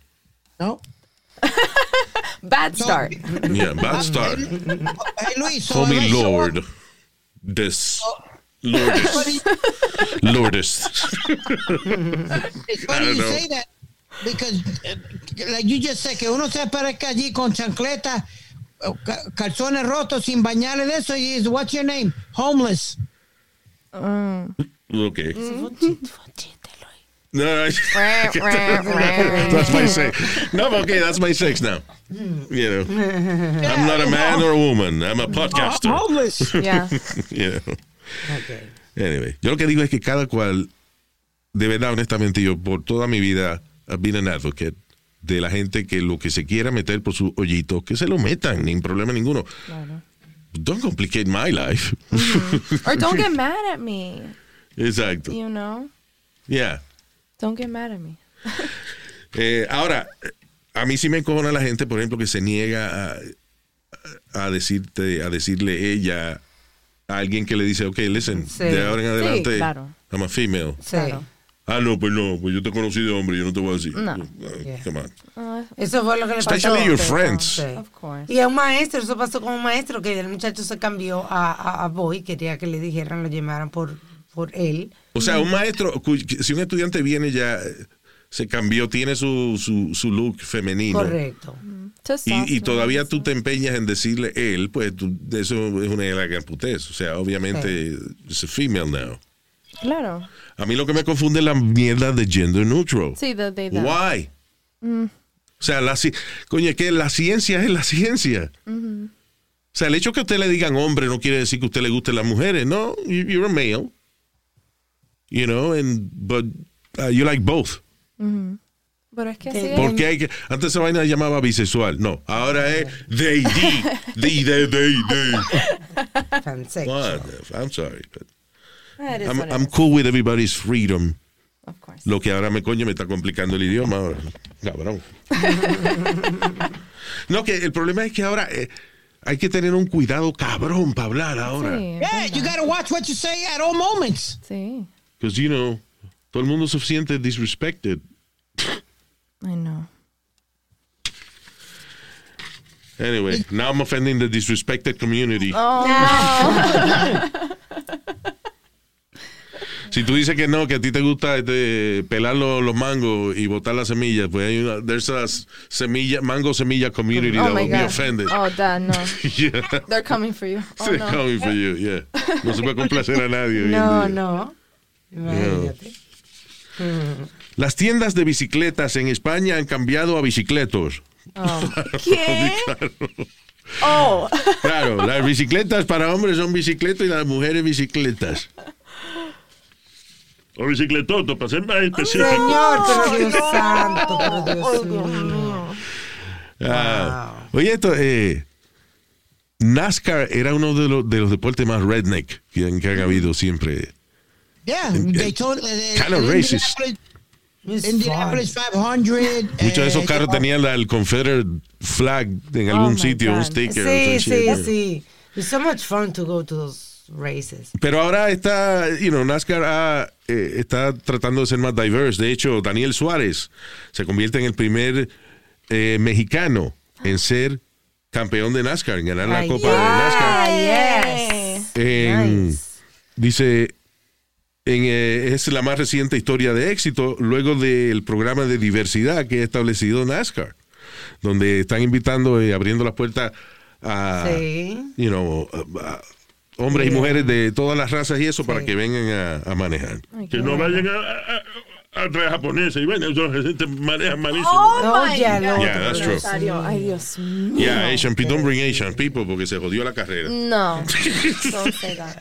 Speaker 5: Bad start.
Speaker 3: Yeah, bad start.
Speaker 4: Hey, eh, Luis, so,
Speaker 3: Call me
Speaker 4: Luis, so-
Speaker 3: Lord. This. Lordess. Lordess.
Speaker 4: It's
Speaker 3: I
Speaker 4: funny
Speaker 3: don't
Speaker 4: you
Speaker 3: know.
Speaker 4: say that because, eh, like you just said, que uno se aparezca allí con chancleta, eh, ca- calzones rotos, sin bañarle de eso, y es, what's your name? Homeless.
Speaker 3: Ok. No, I- that's my sex. No, but okay, that's my sex now. You know, I'm not a man or a woman. I'm a podcaster.
Speaker 4: Oh,
Speaker 1: I'm homeless. Yeah.
Speaker 3: You know. Anyway, yo lo que digo es que cada cual, de verdad, honestamente, yo por toda mi vida, I've been an advocate de la gente que lo que se quiera meter por su hoyito, que se lo metan, ningún problema ninguno. Don't complicate my life.
Speaker 5: Or don't get mad at me.
Speaker 3: Exacto.
Speaker 5: You know?
Speaker 3: Yeah.
Speaker 5: Don't get mad at me.
Speaker 3: Eh, ahora, a mí sí me encojona la gente, por ejemplo, que se niega a, a decirte, a decirle ella a alguien que le dice, ok, listen,
Speaker 6: Sí.
Speaker 3: de ahora en
Speaker 6: Sí,
Speaker 3: adelante,
Speaker 6: claro.
Speaker 3: I'm a female.
Speaker 2: Sí. Claro.
Speaker 3: Ah, no, pues no, pues yo te conocí de hombre, yo no te voy a decir.
Speaker 2: No.
Speaker 3: Ah, Come on.
Speaker 2: Eso fue lo que le pasó.
Speaker 3: Especially your friends.
Speaker 2: Sí. Y a un maestro, eso pasó con un maestro que el muchacho se cambió a, a, a boy, quería que le dijeran, lo llamaran por, por él.
Speaker 3: O sea, un maestro, cu- si un estudiante viene ya, eh, se cambió, tiene su, su, su look femenino.
Speaker 2: Correcto.
Speaker 3: Y, y todavía tú te empeñas en decirle él, pues tú- eso es una lagarputez. O sea, obviamente, es female now.
Speaker 5: Claro.
Speaker 3: A mí lo que me confunde es la mierda de gender neutral.
Speaker 5: Sí, the they that.
Speaker 3: Why?
Speaker 5: Mm,
Speaker 3: O sea, la, ci- coño, es que la ciencia es la ciencia.
Speaker 5: mhm.
Speaker 3: O sea, el hecho que a usted le digan hombre no quiere decir que a usted le gusten las mujeres. No, you- you're a male. You know, and, but uh, you like both.
Speaker 5: mhm. Pero es que así es.
Speaker 3: Porque hay que, antes esa vaina se llamaba bisexual. No, ahora es they, they, they, they, they, they. What the- I'm sorry. But
Speaker 5: Ah, eres
Speaker 3: I'm,
Speaker 5: una-
Speaker 3: I'm cool with everybody's freedom. Lo que ahora me coño me está complicando el idioma ahora. Cabrón. no, que el problema es que ahora eh, hay que tener un cuidado cabrón para hablar ahora.
Speaker 4: Yeah, you gotta watch what you say at all moments.
Speaker 5: Sí.
Speaker 3: Because, you know, todo el mundo se siente disrespected.
Speaker 5: I know.
Speaker 3: Anyway, now I'm offending the disrespected community.
Speaker 5: Oh.
Speaker 3: Si tú dices que no, que a ti te gusta este, pelar lo- los mangos y botar las semillas, pues hay una, there's a s- semilla, mango semilla community
Speaker 5: Oh
Speaker 3: that
Speaker 5: my
Speaker 3: will be
Speaker 5: God.
Speaker 3: offended.
Speaker 5: Oh, Dad, no.
Speaker 3: Yeah.
Speaker 5: They're coming for you. Oh,
Speaker 3: They're
Speaker 5: no.
Speaker 3: coming for you, yeah. No se puede complacer a nadie. hoy en día.
Speaker 2: No, no. Imagínate. Mm.
Speaker 3: Las tiendas de bicicletas en España han cambiado a bicicletos.
Speaker 5: Oh.
Speaker 2: ¿Eh?
Speaker 5: ¿Qué?
Speaker 3: Claro.
Speaker 5: Oh.
Speaker 3: Claro, las bicicletas para hombres son bicicletas y las mujeres bicicletas.
Speaker 6: O bicicletoto, para ser más específico.
Speaker 2: Señor, pero Dios santo, pero
Speaker 3: Oh,
Speaker 2: Dios mío.
Speaker 3: Ah, Oye, esto, eh, NASCAR era uno de los, de los deportes más redneck que,
Speaker 2: Mm.
Speaker 3: que han habido siempre.
Speaker 4: Yeah, they told.
Speaker 3: Kinda racist.
Speaker 4: Indianapolis 500.
Speaker 3: Muchos de esos
Speaker 4: eh,
Speaker 3: carros tenían la- el Confederate flag en
Speaker 2: Oh,
Speaker 3: algún
Speaker 2: my
Speaker 3: sitio, un
Speaker 2: God.
Speaker 3: sticker.
Speaker 2: Sí,
Speaker 3: some shit,
Speaker 2: sí,
Speaker 3: yeah.
Speaker 2: sí. It's so much fun to go to those races.
Speaker 3: Pero ahora está, you know, NASCAR ha, eh, está tratando de ser más diverse. De hecho, Daniel Suárez se convierte en el primer eh, mexicano en ser campeón de NASCAR, en ganar la
Speaker 2: Ay,
Speaker 3: Copa de NASCAR.
Speaker 2: Ah, yes.
Speaker 3: En- Dice, en, eh, es la más reciente historia de éxito luego del programa de diversidad que ha establecido NASCAR, donde están invitando y abriendo las puertas a,
Speaker 2: Sí.
Speaker 3: you know, a- a hombres y mujeres de todas las razas y eso para que vengan a, a manejar.
Speaker 6: Que no vayan a, a, a, a traer japoneses. Y bueno, esos gente manejan malísimo.
Speaker 5: Oh, my
Speaker 6: ya,
Speaker 5: God.
Speaker 3: no. Yeah, that's true.
Speaker 5: Rosario, Ay, Dios mío.
Speaker 3: Yeah, Asian people, don't bring Asian people porque se jodió la carrera.
Speaker 5: No. Don't say that.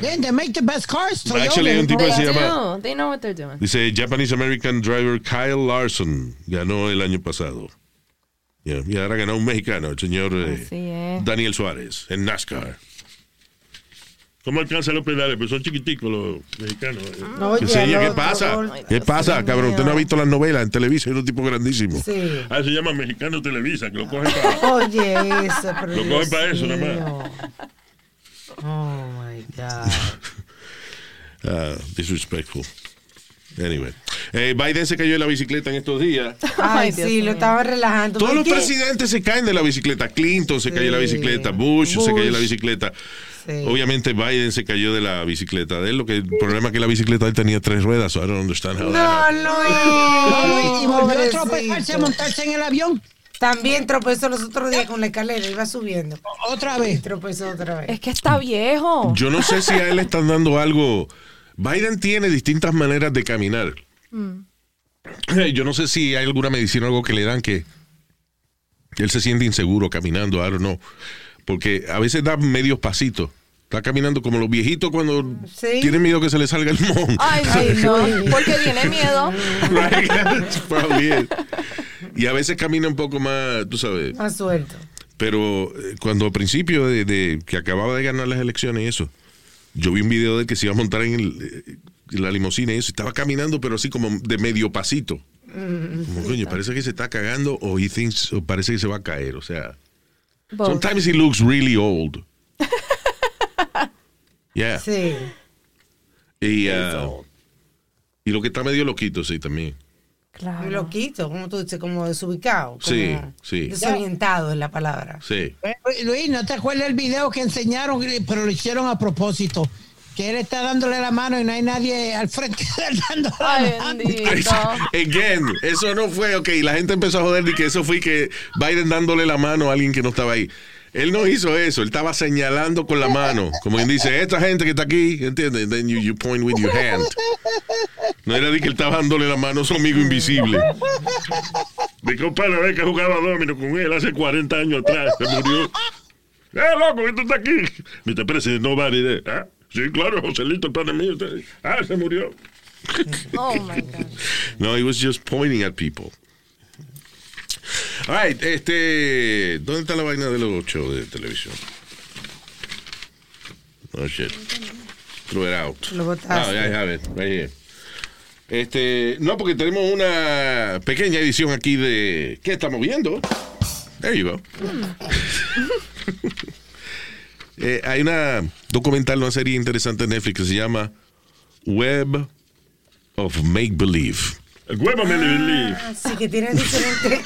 Speaker 4: Then they make the best cars. Toyota.
Speaker 3: Actually, hay un tipo que se
Speaker 5: They
Speaker 3: llama-
Speaker 5: do. They know what they're doing.
Speaker 3: Dice Japanese American driver Kyle Larson ganó el año pasado. Yeah, y ahora ganó un mexicano, el señor eh,
Speaker 5: Así es.
Speaker 3: Daniel Suárez, en NASCAR.
Speaker 6: ¿Cómo alcanzan los pedales? Pues son chiquiticos los mexicanos.
Speaker 3: eh. Que se diga, ¿Qué pasa? ¿Qué pasa, cabrón? Usted no ha visto las novelas en televisión, es un tipo grandísimo.
Speaker 2: Sí.
Speaker 6: Ah, se llama Mexicano Televisa, que lo cogen para,
Speaker 2: Oye, eso, pero
Speaker 6: lo
Speaker 2: Dios
Speaker 6: cogen para eso, nada más.
Speaker 2: mío. Oh, my God.
Speaker 3: Ah, disrespectful. Anyway. Eh, Biden se cayó de la bicicleta en estos días.
Speaker 2: Ay, sí, lo estaba relajando.
Speaker 3: Todos los
Speaker 2: ¿Por qué?
Speaker 3: presidentes se caen de la bicicleta. Clinton se cayó de la bicicleta. Bush, se cayó de la bicicleta. Obviamente Biden se cayó de la bicicleta de él. Lo que, el problema es que la bicicleta de él tenía tres ruedas. So I don't understand how that
Speaker 2: No, Luis.
Speaker 4: No, Luis, y volvió a
Speaker 2: Pobrecito.
Speaker 4: tropezarse, a montarse en el avión.
Speaker 2: También tropezó los otros días con la escalera, iba subiendo.
Speaker 4: Otra vez.
Speaker 2: Tropezó otra vez.
Speaker 5: Es que está viejo.
Speaker 3: Yo no sé si a él le están dando algo. Biden tiene distintas maneras de caminar.
Speaker 5: Mm.
Speaker 3: Yo no sé si hay alguna medicina o algo que le dan que él se siente inseguro caminando, I don't know. Porque a veces da medios pasitos Está caminando como los viejitos cuando
Speaker 2: Sí.
Speaker 3: tienen miedo que se les salga el moho.
Speaker 5: Ay, no, porque tiene miedo.
Speaker 3: Right? That's probably it. Y a veces camina un poco más, tú sabes.
Speaker 2: Más suelto.
Speaker 3: Pero eh, cuando al principio de, de- que acababa de ganar las elecciones y eso, yo vi un video de él que se iba a montar en, el- eh, en la limusina y eso, y estaba caminando, pero así como de medio pasito. Como, coño, parece que se está cagando o he thinks, o parece que se va a caer. O sea, sometimes he looks really old. Yeah.
Speaker 2: Sí.
Speaker 3: Y, uh, y lo que está medio loquito, sí, también.
Speaker 2: Claro. Loquito, como tú dices, como desubicado.
Speaker 3: Sí,
Speaker 2: como
Speaker 3: sí,
Speaker 2: Desorientado es la palabra.
Speaker 3: sí.
Speaker 4: Eh, Luis, ¿no te acuerdas el video que enseñaron, pero lo hicieron a propósito? Que él está dándole la mano y no hay nadie al frente de él dándole la mano.
Speaker 3: Again, eso no fue, ok, la gente empezó a joder de que eso fue que Biden dándole la mano a alguien que no estaba ahí. Él no hizo eso, él estaba señalando con la mano, como quien dice, esta gente que está aquí, ¿entiendes? Then you, you point with your hand. No era de que él estaba dándole la mano a su amigo invisible. "Oh,
Speaker 6: Mi compadre ve que jugaba domino con él hace 40 años atrás. Se murió. ¡Eh, loco, que tú estás aquí! Mi te parece no va ni ¿Ah? Sí, claro, Joselito, el padre mío. usted- Ah, se murió.
Speaker 5: Oh my God.
Speaker 3: No, he was just pointing at people. All right, este, ¿dónde está la vaina de los shows de televisión? Oh shit. Threw it out.
Speaker 2: Lo
Speaker 3: Ah,
Speaker 2: botaste.
Speaker 3: I have it, right here. Este, no, porque tenemos una pequeña edición aquí de ¿Qué estamos viendo? There you go. Eh, hay una documental, una serie interesante en Netflix que se llama Web of Make Believe.
Speaker 6: Web of Make Believe.
Speaker 4: Ah,
Speaker 2: Así que tiene diferente.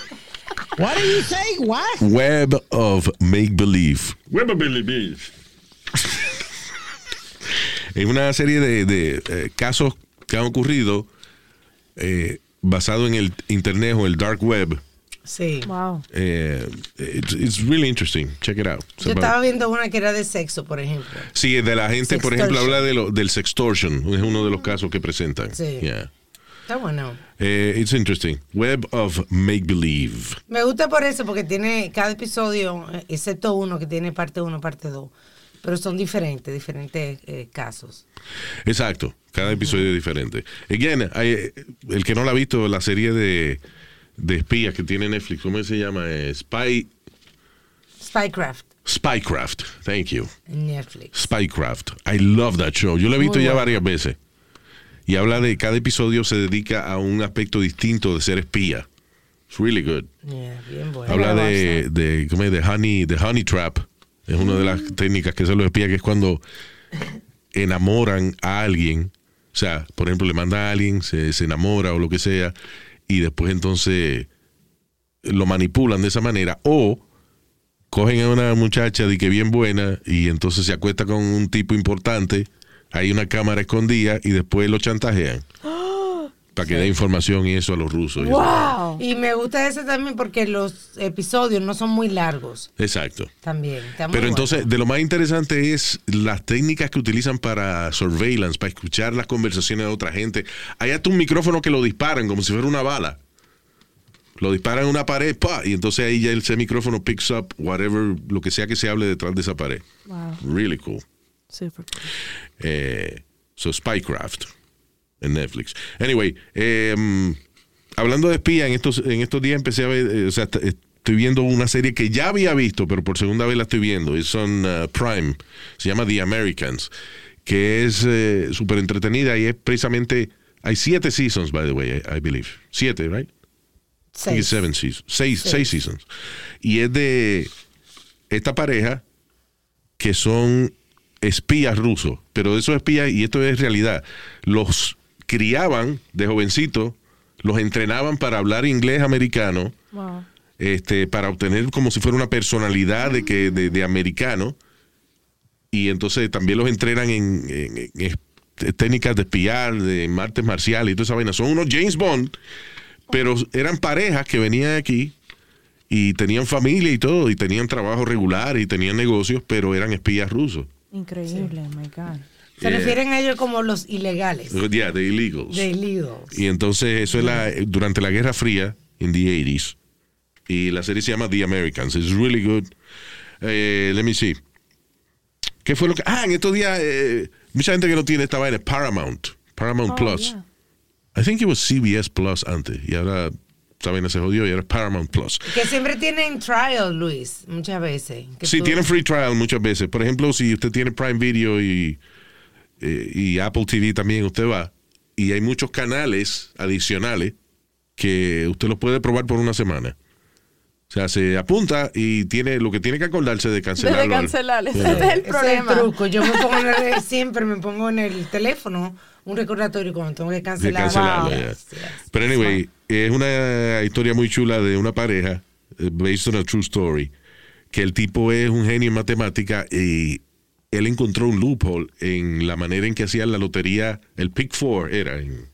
Speaker 4: What did you say? What?
Speaker 3: Web of Make Believe.
Speaker 6: Web of Make Believe.
Speaker 3: Es una serie de, de, eh, casos que han ocurrido eh, basado en el internet o el dark web.
Speaker 2: Sí. Wow.
Speaker 3: Eh, it's, it's really interesting. Check it out.
Speaker 2: Yo estaba viendo una que era de sexo, por ejemplo.
Speaker 3: Sí, de la gente, por
Speaker 2: Sextortion.
Speaker 3: ejemplo, habla de lo, del sextortion. Es uno de los casos que presentan.
Speaker 2: Sí.
Speaker 3: Yeah.
Speaker 2: Está bueno.
Speaker 3: Eh, it's interesting. Web of Make Believe.
Speaker 2: Me gusta por eso, porque tiene cada episodio, eh, excepto uno que tiene parte 1, parte 2. Pero son diferentes, diferentes eh, casos.
Speaker 3: Exacto, cada episodio es diferente. Again, hay- el que no la ha visto, la serie de, de espías que tiene Netflix, ¿cómo se llama? Eh, Spy,
Speaker 2: Spycraft
Speaker 3: Spycraft, thank you.
Speaker 2: en Netflix.
Speaker 3: Spycraft, I love that show. Yo la he visto
Speaker 2: Muy
Speaker 3: ya
Speaker 2: bueno.
Speaker 3: varias veces. Y habla de cada episodio se dedica a un aspecto distinto de ser espía. It's really good.
Speaker 2: Yeah, bien bueno.
Speaker 3: Habla de, de, ¿cómo es? de honey, de honey trap. Es una de las técnicas que se los espía, que es cuando enamoran a alguien. O sea, por ejemplo, le manda a alguien, se, se enamora o lo que sea, y después entonces lo manipulan de esa manera. O cogen a una muchacha de que bien buena y entonces se acuesta con un tipo importante, hay una cámara escondida y después lo chantajean. Para que dé información y eso a los rusos. y eso.
Speaker 2: Y me gusta ese también porque los episodios no son muy largos
Speaker 3: Exacto.
Speaker 2: también. Está muy
Speaker 3: Pero
Speaker 2: bueno.
Speaker 3: entonces, de lo más interesante es las técnicas que utilizan para surveillance, para escuchar las conversaciones de otra gente. Hay hasta un micrófono que lo disparan como si fuera una bala. Lo disparan en una pared, pa, y entonces ahí ya ese micrófono picks up whatever, lo que sea que se hable detrás de esa pared.
Speaker 5: Wow.
Speaker 3: Really cool.
Speaker 5: Super.
Speaker 3: Eh, so, Spycraft en Netflix. Anyway, em, hablando de espía, en estos, en estos días empecé a ver, eh, o sea, est- estoy viendo una serie que ya había visto, pero por segunda vez la estoy viendo. Es on uh, Prime, se llama The Americans, que es eh, súper entretenida y es precisamente, hay siete seasons, by the way, I, I believe. Siete, right? I think it's seven seasons. Seis, seis seasons. Y es de esta pareja que son espías rusos, pero de esos espías, y esto es realidad, los criaban de jovencito, los entrenaban para hablar inglés americano,
Speaker 5: Wow.
Speaker 3: este, para obtener como si fuera una personalidad de, que, de, de americano, y entonces también los entrenan en, en- en es- técnicas de espiar, de martes marciales y toda esa vaina. Son unos James Bond, pero eran parejas que venían aquí y tenían familia y todo, y tenían trabajo regular y tenían negocios, pero eran espías rusos.
Speaker 5: Increíble, my God.
Speaker 2: Se
Speaker 3: Yeah.
Speaker 2: refieren a ellos como los ilegales
Speaker 3: Yeah, the illegals.
Speaker 2: de Lido.
Speaker 3: Y entonces eso es la, durante la Guerra Fría, in the 80s. Y la serie se llama The Americans. It's really good. Eh, let me see. ¿Qué fue lo que.? Ah, en estos días, eh, mucha gente que no tiene esta vaina es Paramount. Paramount
Speaker 5: Oh,
Speaker 3: Plus.
Speaker 5: yeah.
Speaker 3: I think it was CBS Plus antes. Y ahora esta vaina se jodió y ahora es Paramount Plus.
Speaker 2: Que siempre tienen trial, Luis, muchas veces. Que
Speaker 3: Sí,
Speaker 2: tú-
Speaker 3: tienen free trial muchas veces. Por ejemplo, si usted tiene Prime Video y, eh, y Apple TV también, usted va. Y hay muchos canales adicionales que usted los puede probar por una semana. O sea, se apunta y tiene lo que tiene que acordarse de cancelarlo.
Speaker 5: Debe cancelar. Ese
Speaker 3: Yeah.
Speaker 5: es el
Speaker 2: Ese es el
Speaker 5: problema.
Speaker 2: truco. Yo me pongo en el- siempre me pongo en el teléfono un recordatorio cuando tengo que
Speaker 3: de
Speaker 2: cancelar.
Speaker 3: cancelarlo.
Speaker 2: Wow.
Speaker 3: yeah. Pero anyway, es una historia muy chula de una pareja, eh, based on a true story, que el tipo es un genio en matemática y él encontró un loophole en la manera en que hacían la lotería, el Pick Four era, en-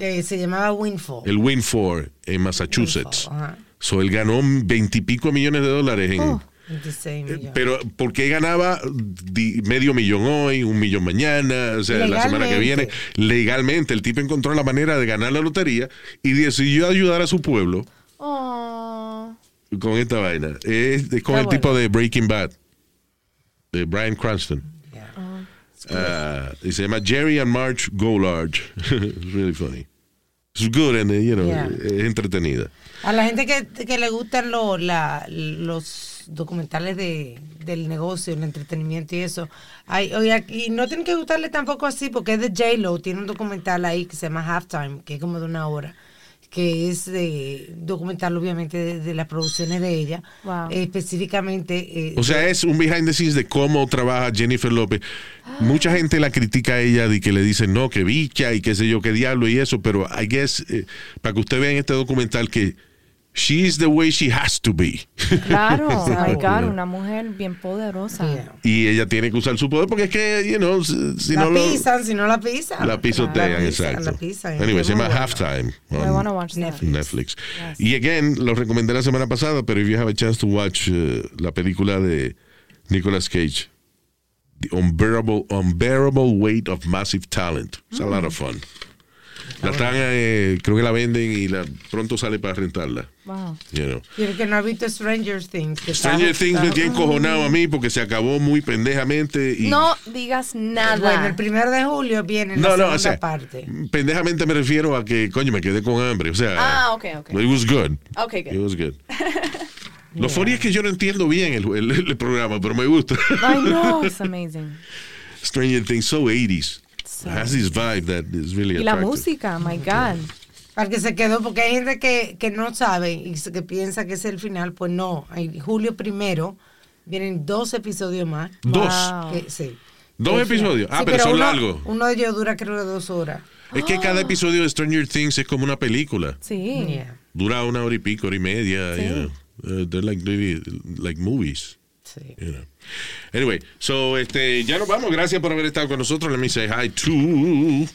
Speaker 2: Eh, se llamaba Winfall.
Speaker 3: el Win Four en Massachusetts.
Speaker 2: Ajá.
Speaker 3: So él ganó veintipico millones de dólares en,
Speaker 2: 26 millones.
Speaker 3: Eh, pero ¿por qué ganaba di- medio millón hoy, un millón mañana, o sea, la semana que viene?
Speaker 2: Legalmente.
Speaker 3: Legalmente, el tipo encontró la manera de ganar la lotería y decidió ayudar a su pueblo
Speaker 5: Oh.
Speaker 3: con esta vaina. Es, es con
Speaker 5: Qué
Speaker 3: el
Speaker 5: bueno.
Speaker 3: tipo de Breaking Bad, de Brian Cranston.
Speaker 5: Oh.
Speaker 3: Ah, y se llama Jerry and March Go Large. It's really funny. It's good and, uh, you know,
Speaker 2: Yeah.
Speaker 3: es entretenida.
Speaker 2: A la gente que, que le gustan lo- la- los documentales de, del negocio, el entretenimiento y eso. Hay, oye, aquí no tiene que gustarle tampoco así, porque es de J-Lo. Tiene un documental ahí que se llama Halftime, que es como de una hora. Que es de documental, obviamente, de, de las producciones de ella. Eh, específicamente. eh,
Speaker 3: O sea, es un behind the scenes de cómo trabaja Jennifer López. Mucha
Speaker 2: Ah.
Speaker 3: gente la critica a ella de que le dicen no, que bicha y qué sé yo, qué diablo y eso, pero I guess, eh, para que usted vea en este documental que she is the way she has to be.
Speaker 5: Claro, oh my God, una mujer bien poderosa.
Speaker 3: Y ella tiene que usar su poder porque es que, you know, si, si
Speaker 2: la
Speaker 3: no lo-
Speaker 2: pisan, si no la pisan.
Speaker 3: la pisotean,
Speaker 2: La pisan,
Speaker 3: exacto.
Speaker 2: la pisan.
Speaker 3: Anyway,
Speaker 2: Es
Speaker 3: se
Speaker 2: muy
Speaker 3: llama
Speaker 2: bueno.
Speaker 3: Halftime um,
Speaker 5: I
Speaker 3: on
Speaker 5: wanna watch that.
Speaker 3: Netflix. Y again, lo recomendé la semana pasada, pero if you have a chance to watch eh, la película de Nicolas Cage, The Unbearable, Unbearable Weight of Massive Talent. It's a lot of fun. La están, eh, creo que la venden y la, pronto sale para rentarla.
Speaker 2: Wow.
Speaker 3: you know.
Speaker 2: Y el que no ha visto Stranger Things. que está-
Speaker 3: Stranger Things me
Speaker 2: está-
Speaker 3: tiene encojonado a mí porque se acabó muy pendejamente. Y
Speaker 5: No digas nada.
Speaker 2: Bueno, el primero de julio viene
Speaker 3: No,
Speaker 2: la
Speaker 3: no,
Speaker 2: segunda
Speaker 3: o sea,
Speaker 2: parte.
Speaker 3: pendejamente me refiero a que, coño, me quedé con hambre. O sea,
Speaker 5: Ah, ok, ok.
Speaker 3: It was good.
Speaker 5: Ok, good.
Speaker 3: It was good. Lo funny es que yo no entiendo bien el, el- el programa, pero me gusta.
Speaker 5: I know, it's amazing.
Speaker 3: Stranger Things, so 80s. Has this vibe that is really
Speaker 5: Y la
Speaker 3: attractive.
Speaker 5: música, my God.
Speaker 2: Para que se quedó, porque hay gente que, que no sabe y se- que piensa que es el final, pues no. En julio primero vienen dos episodios más. Ah.
Speaker 3: Dos.
Speaker 2: Que- sí.
Speaker 3: Dos episodios. Ah,
Speaker 2: Sí,
Speaker 3: pero, son
Speaker 2: uno-
Speaker 3: largos.
Speaker 2: Uno de ellos dura creo que dos horas.
Speaker 3: Es que cada episodio de Stranger Things es como una película.
Speaker 5: Sí.
Speaker 2: Mm.
Speaker 3: Dura una hora y pico, hora y media. you know. Uh, they're like, really, like movies. You know. Anyway, so este, ya nos vamos. Gracias por haber estado con nosotros. Let me say hi to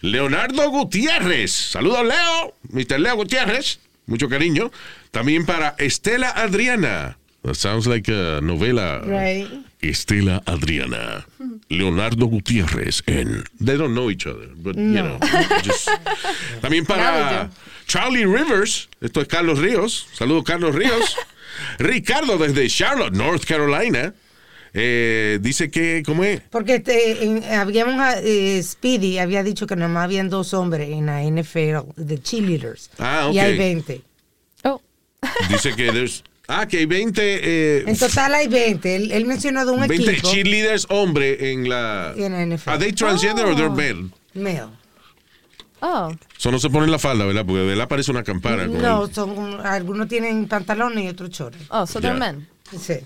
Speaker 3: Leonardo Gutiérrez. Saludos, Leo. Mr. Leo Gutiérrez. Mucho cariño. También para Estela Adriana. That sounds like a novela.
Speaker 2: Right.
Speaker 3: Estela Adriana. Leonardo Gutiérrez en. They don't know each other, but you know.
Speaker 2: No.
Speaker 3: just- También para Charlie Rivers. Esto es Carlos Ríos. Saludos, Carlos Ríos. Ricardo desde Charlotte, North Carolina. Eh, dice que, ¿cómo es?
Speaker 2: Porque este, en- habíamos, eh, Speedy había dicho que nomás habían dos hombres en la NFL de cheerleaders.
Speaker 3: Ah,
Speaker 2: Y
Speaker 3: ok.
Speaker 2: hay 20.
Speaker 5: Oh.
Speaker 3: Dice que there's- ah, que hay 20, eh,
Speaker 2: En total hay 20. Él, él mencionó de un
Speaker 3: 20
Speaker 2: equipo.
Speaker 3: cheerleaders hombre en la...
Speaker 2: En la NFL.
Speaker 3: ¿Are they transgender or
Speaker 2: Oh.
Speaker 3: they're male?
Speaker 2: Male.
Speaker 5: Oh.
Speaker 3: So no se ponen la falda, ¿verdad? Porque de verdad parece una campana. con
Speaker 2: No, son un- algunos tienen pantalones y otros chores.
Speaker 5: Oh, so
Speaker 3: they're Ya.
Speaker 5: men.
Speaker 2: Sí.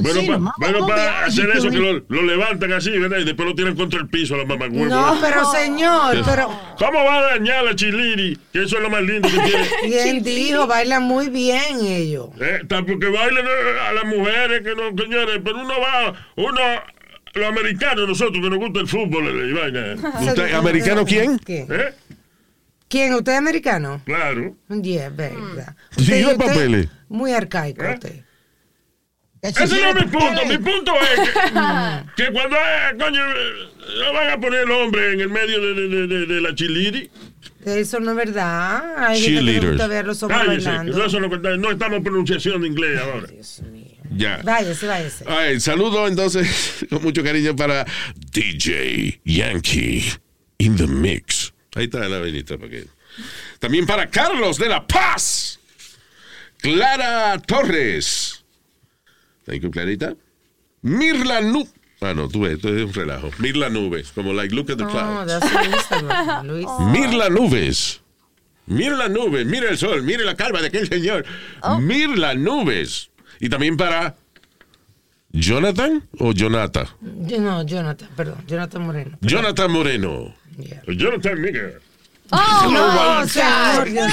Speaker 6: Bueno,
Speaker 2: Sí,
Speaker 6: pa-
Speaker 2: mamá,
Speaker 6: bueno,
Speaker 2: ¿dónde
Speaker 6: para
Speaker 2: hay?
Speaker 6: hacer eso, que
Speaker 2: Pero-
Speaker 6: lo, lo levantan así, ¿verdad? Y después lo tiran contra el piso a la mamá
Speaker 2: No, pero señor, pero
Speaker 6: ¿Cómo va a dañar la chiliri? Que eso es lo más lindo que tiene.
Speaker 2: bien dijo, bailan muy bien ellos.
Speaker 6: Eh, porque bailan eh, a las mujeres, que no, señores, pero uno va, uno, los americanos, nosotros que nos gusta el fútbol eh, y vaina.
Speaker 3: ¿Usted, americano quién?
Speaker 2: ¿Quién?
Speaker 6: ¿Eh?
Speaker 2: ¿Quién? ¿Usted es americano?
Speaker 6: Claro.
Speaker 2: Yeah, verdad.
Speaker 3: Mm. Sí,
Speaker 2: Usted-
Speaker 3: yo
Speaker 2: usted-
Speaker 3: papeles. ¿Eh?
Speaker 2: Muy arcaico usted.
Speaker 6: Ese no es mi punto. Mi punto es que, que cuando, eh, coño, eh, no van a poner el hombre en el medio de, de- de- de- de la chiliri.
Speaker 2: Eso no es verdad. Hay gente que le
Speaker 3: Cheerleaders.
Speaker 2: gusta ver a los hombres
Speaker 6: Cállese, que
Speaker 2: bailando.
Speaker 6: no, eso no, no estamos en pronunciación de inglés ahora.
Speaker 3: Ya.
Speaker 2: Váyase, váyase.
Speaker 3: All right, saludo entonces con mucho cariño para DJ Yankee in the mix. Ahí está la velita para que- También para Carlos de la Paz. Clara Torres. Thank you, Clarita. Mirla Nube. Ah, no, tú ves, esto es un relajo. Mirla Nube, como like, look at the cloud.
Speaker 2: No, that's your Instagram, Luis.
Speaker 3: Mirla Nubes. Mirla Nubes, mira el sol, mire la calva de aquel señor. Mirla Nubes. Y también para Jonathan o Jonata.
Speaker 2: Yo- No, Jonathan, perdón, Jonathan Moreno.
Speaker 3: Jonathan Moreno.
Speaker 6: Jonathan Miguel.
Speaker 2: Oh,
Speaker 6: no,
Speaker 2: no,
Speaker 6: señor, Dios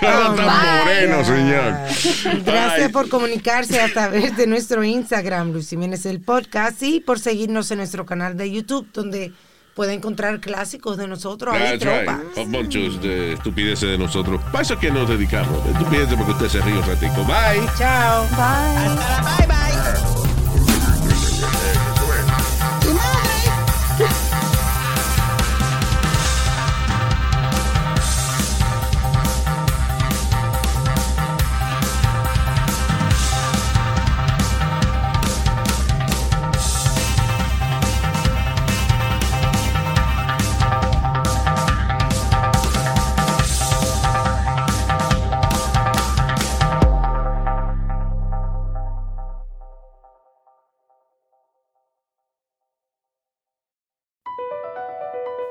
Speaker 3: Jonathan Moreno, señor.
Speaker 2: Gracias
Speaker 3: Ay,
Speaker 2: por comunicarse a través de nuestro Instagram, Luis Jiménez el podcast, y por seguirnos en nuestro canal de YouTube, donde puede encontrar clásicos de nosotros. Ahí,
Speaker 3: That's right.
Speaker 2: tropa.
Speaker 3: A bunch of de estupideces de nosotros. Para eso es que nos dedicamos. Estupideces porque usted se ríe un ratico. Bye.
Speaker 2: Chao.
Speaker 11: Bye. Hasta la bye bye. Tu madre.